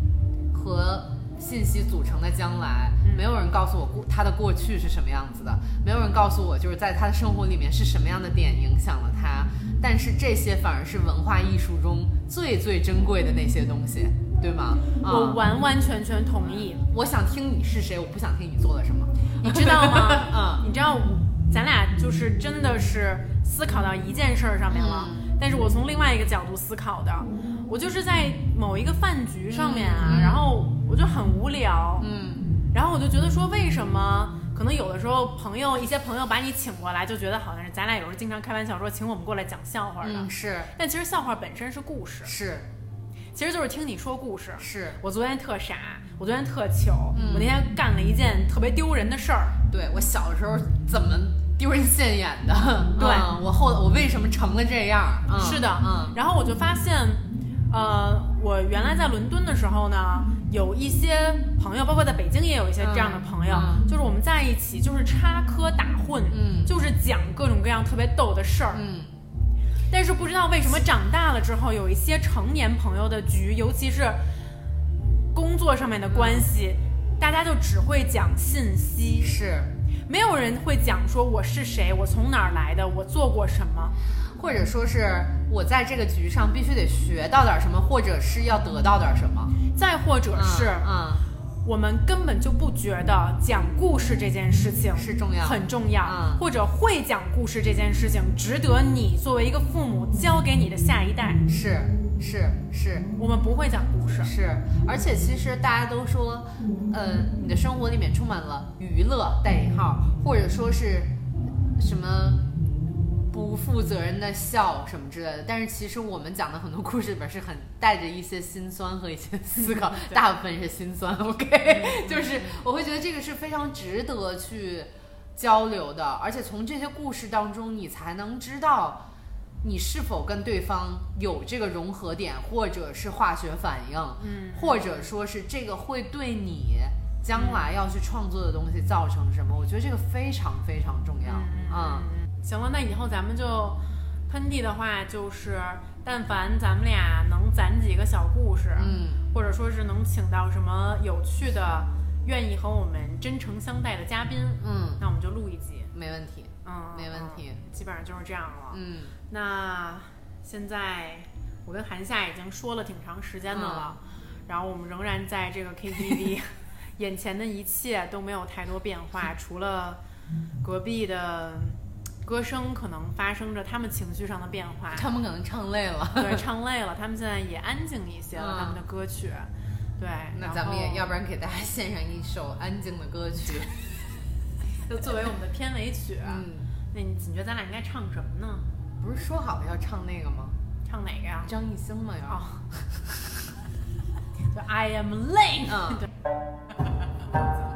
Speaker 1: 和信息组成的将来，
Speaker 2: 嗯
Speaker 1: 没有人告诉我过他的过去是什么样子的，没有人告诉我就是在他的生活里面是什么样的点影响了他。但是这些反而是文化艺术中最最珍贵的那些东西，对吗？啊、
Speaker 2: 我完完全全同意。
Speaker 1: 我想听你是谁，我不想听你做了什么。
Speaker 2: 你知道吗？
Speaker 1: 嗯
Speaker 2: 你知道咱俩就是真的是思考到一件事儿上面了，
Speaker 1: 嗯
Speaker 2: 但是我从另外一个角度思考的，我就是在某一个饭局上面啊，
Speaker 1: 嗯嗯
Speaker 2: 然后我就很无聊，
Speaker 1: 嗯
Speaker 2: 然后我就觉得说为什么？可能有的时候，朋友一些朋友把你请过来，就觉得好像是咱俩有时候经常开玩笑说请我们过来讲笑话的，
Speaker 1: 嗯，是
Speaker 2: 但其实笑话本身是故事，
Speaker 1: 是
Speaker 2: 其实就是听你说故事。
Speaker 1: 是，
Speaker 2: 我昨天特傻，我昨天特糗，
Speaker 1: 嗯
Speaker 2: 我那天干了一件特别丢人的事儿，
Speaker 1: 对我小时候怎么丢人现眼的？
Speaker 2: 对
Speaker 1: 嗯我后我为什么成了这样？嗯
Speaker 2: 是的，
Speaker 1: 嗯
Speaker 2: 然后我就发现，呃，我原来在伦敦的时候呢，有一些朋友，包括在北京也有一些这样的朋友，
Speaker 1: 嗯
Speaker 2: 就是我们在一起就是插科打诨，
Speaker 1: 嗯
Speaker 2: 就是讲各种各样特别逗的事儿。
Speaker 1: 嗯
Speaker 2: 但是不知道为什么长大了之后，有一些成年朋友的局，尤其是工作上面的关系，
Speaker 1: 嗯
Speaker 2: 大家就只会讲信息，
Speaker 1: 是，
Speaker 2: 没有人会讲说我是谁，我从哪儿来的，我做过什么。
Speaker 1: 或者说是我在这个局上必须得学到点什么，或者是要得到点什么。
Speaker 2: 再或者
Speaker 1: 嗯
Speaker 2: 是，
Speaker 1: 嗯
Speaker 2: 我们根本就不觉得讲故事这件事情
Speaker 1: 嗯是重要
Speaker 2: 很重要，
Speaker 1: 嗯
Speaker 2: 或者会讲故事这件事情值得你作为一个父母教给你的下一代。
Speaker 1: 是是是
Speaker 2: 我们不会讲故事，
Speaker 1: 是，而且其实大家都说，呃，你的生活里面充满了娱乐（带引号），或者说是什么。不负责任的笑什么之类的。但是其实我们讲的很多故事里边是很带着一些心酸和一些思考，大部分是心酸。OK，就是 我会觉得这个是非常值得去交流的，而且从这些故事当中，你才能知道。你是否跟对方有这个融合点，或者是化学反应，
Speaker 2: 嗯，
Speaker 1: 或者说是这个会对你将来要去创作的东西造成什么？我觉得这个非常非常重要。嗯，
Speaker 2: 行了，那以后咱们就喷嚏的话，就是但凡咱们俩能攒几个小故事，
Speaker 1: 嗯，
Speaker 2: 或者说是能请到什么有趣的、愿意和我们真诚相待的嘉宾，
Speaker 1: 嗯，
Speaker 2: 那我们就录一集。
Speaker 1: 没问题，
Speaker 2: 嗯，
Speaker 1: 没问题
Speaker 2: 嗯基本上就是这样了。
Speaker 1: 嗯，
Speaker 2: 那现在我跟韩夏已经说了挺长时间的了，
Speaker 1: 嗯
Speaker 2: 然后我们仍然在这个 KTV，眼前的一切都没有太多变化，除了隔壁的歌声可能发生着他们情绪上的变 化，
Speaker 1: 他们可能唱累 了，
Speaker 2: 对，唱累了，他们现在也安静一些了，
Speaker 1: 嗯
Speaker 2: 他们的歌曲，对，
Speaker 1: 那咱们也要不
Speaker 2: 然
Speaker 1: 然给大家献上一首安静的歌 曲。
Speaker 2: 后就作为我们的片尾曲，
Speaker 1: 嗯，
Speaker 2: 那你你觉得咱俩应该唱什么呢？
Speaker 1: 不是说好要唱那个吗？
Speaker 2: 唱哪个呀？
Speaker 1: 张艺兴的呀。
Speaker 2: 哦，就 I am late。
Speaker 1: 嗯
Speaker 2: 对。
Speaker 1: 哎啊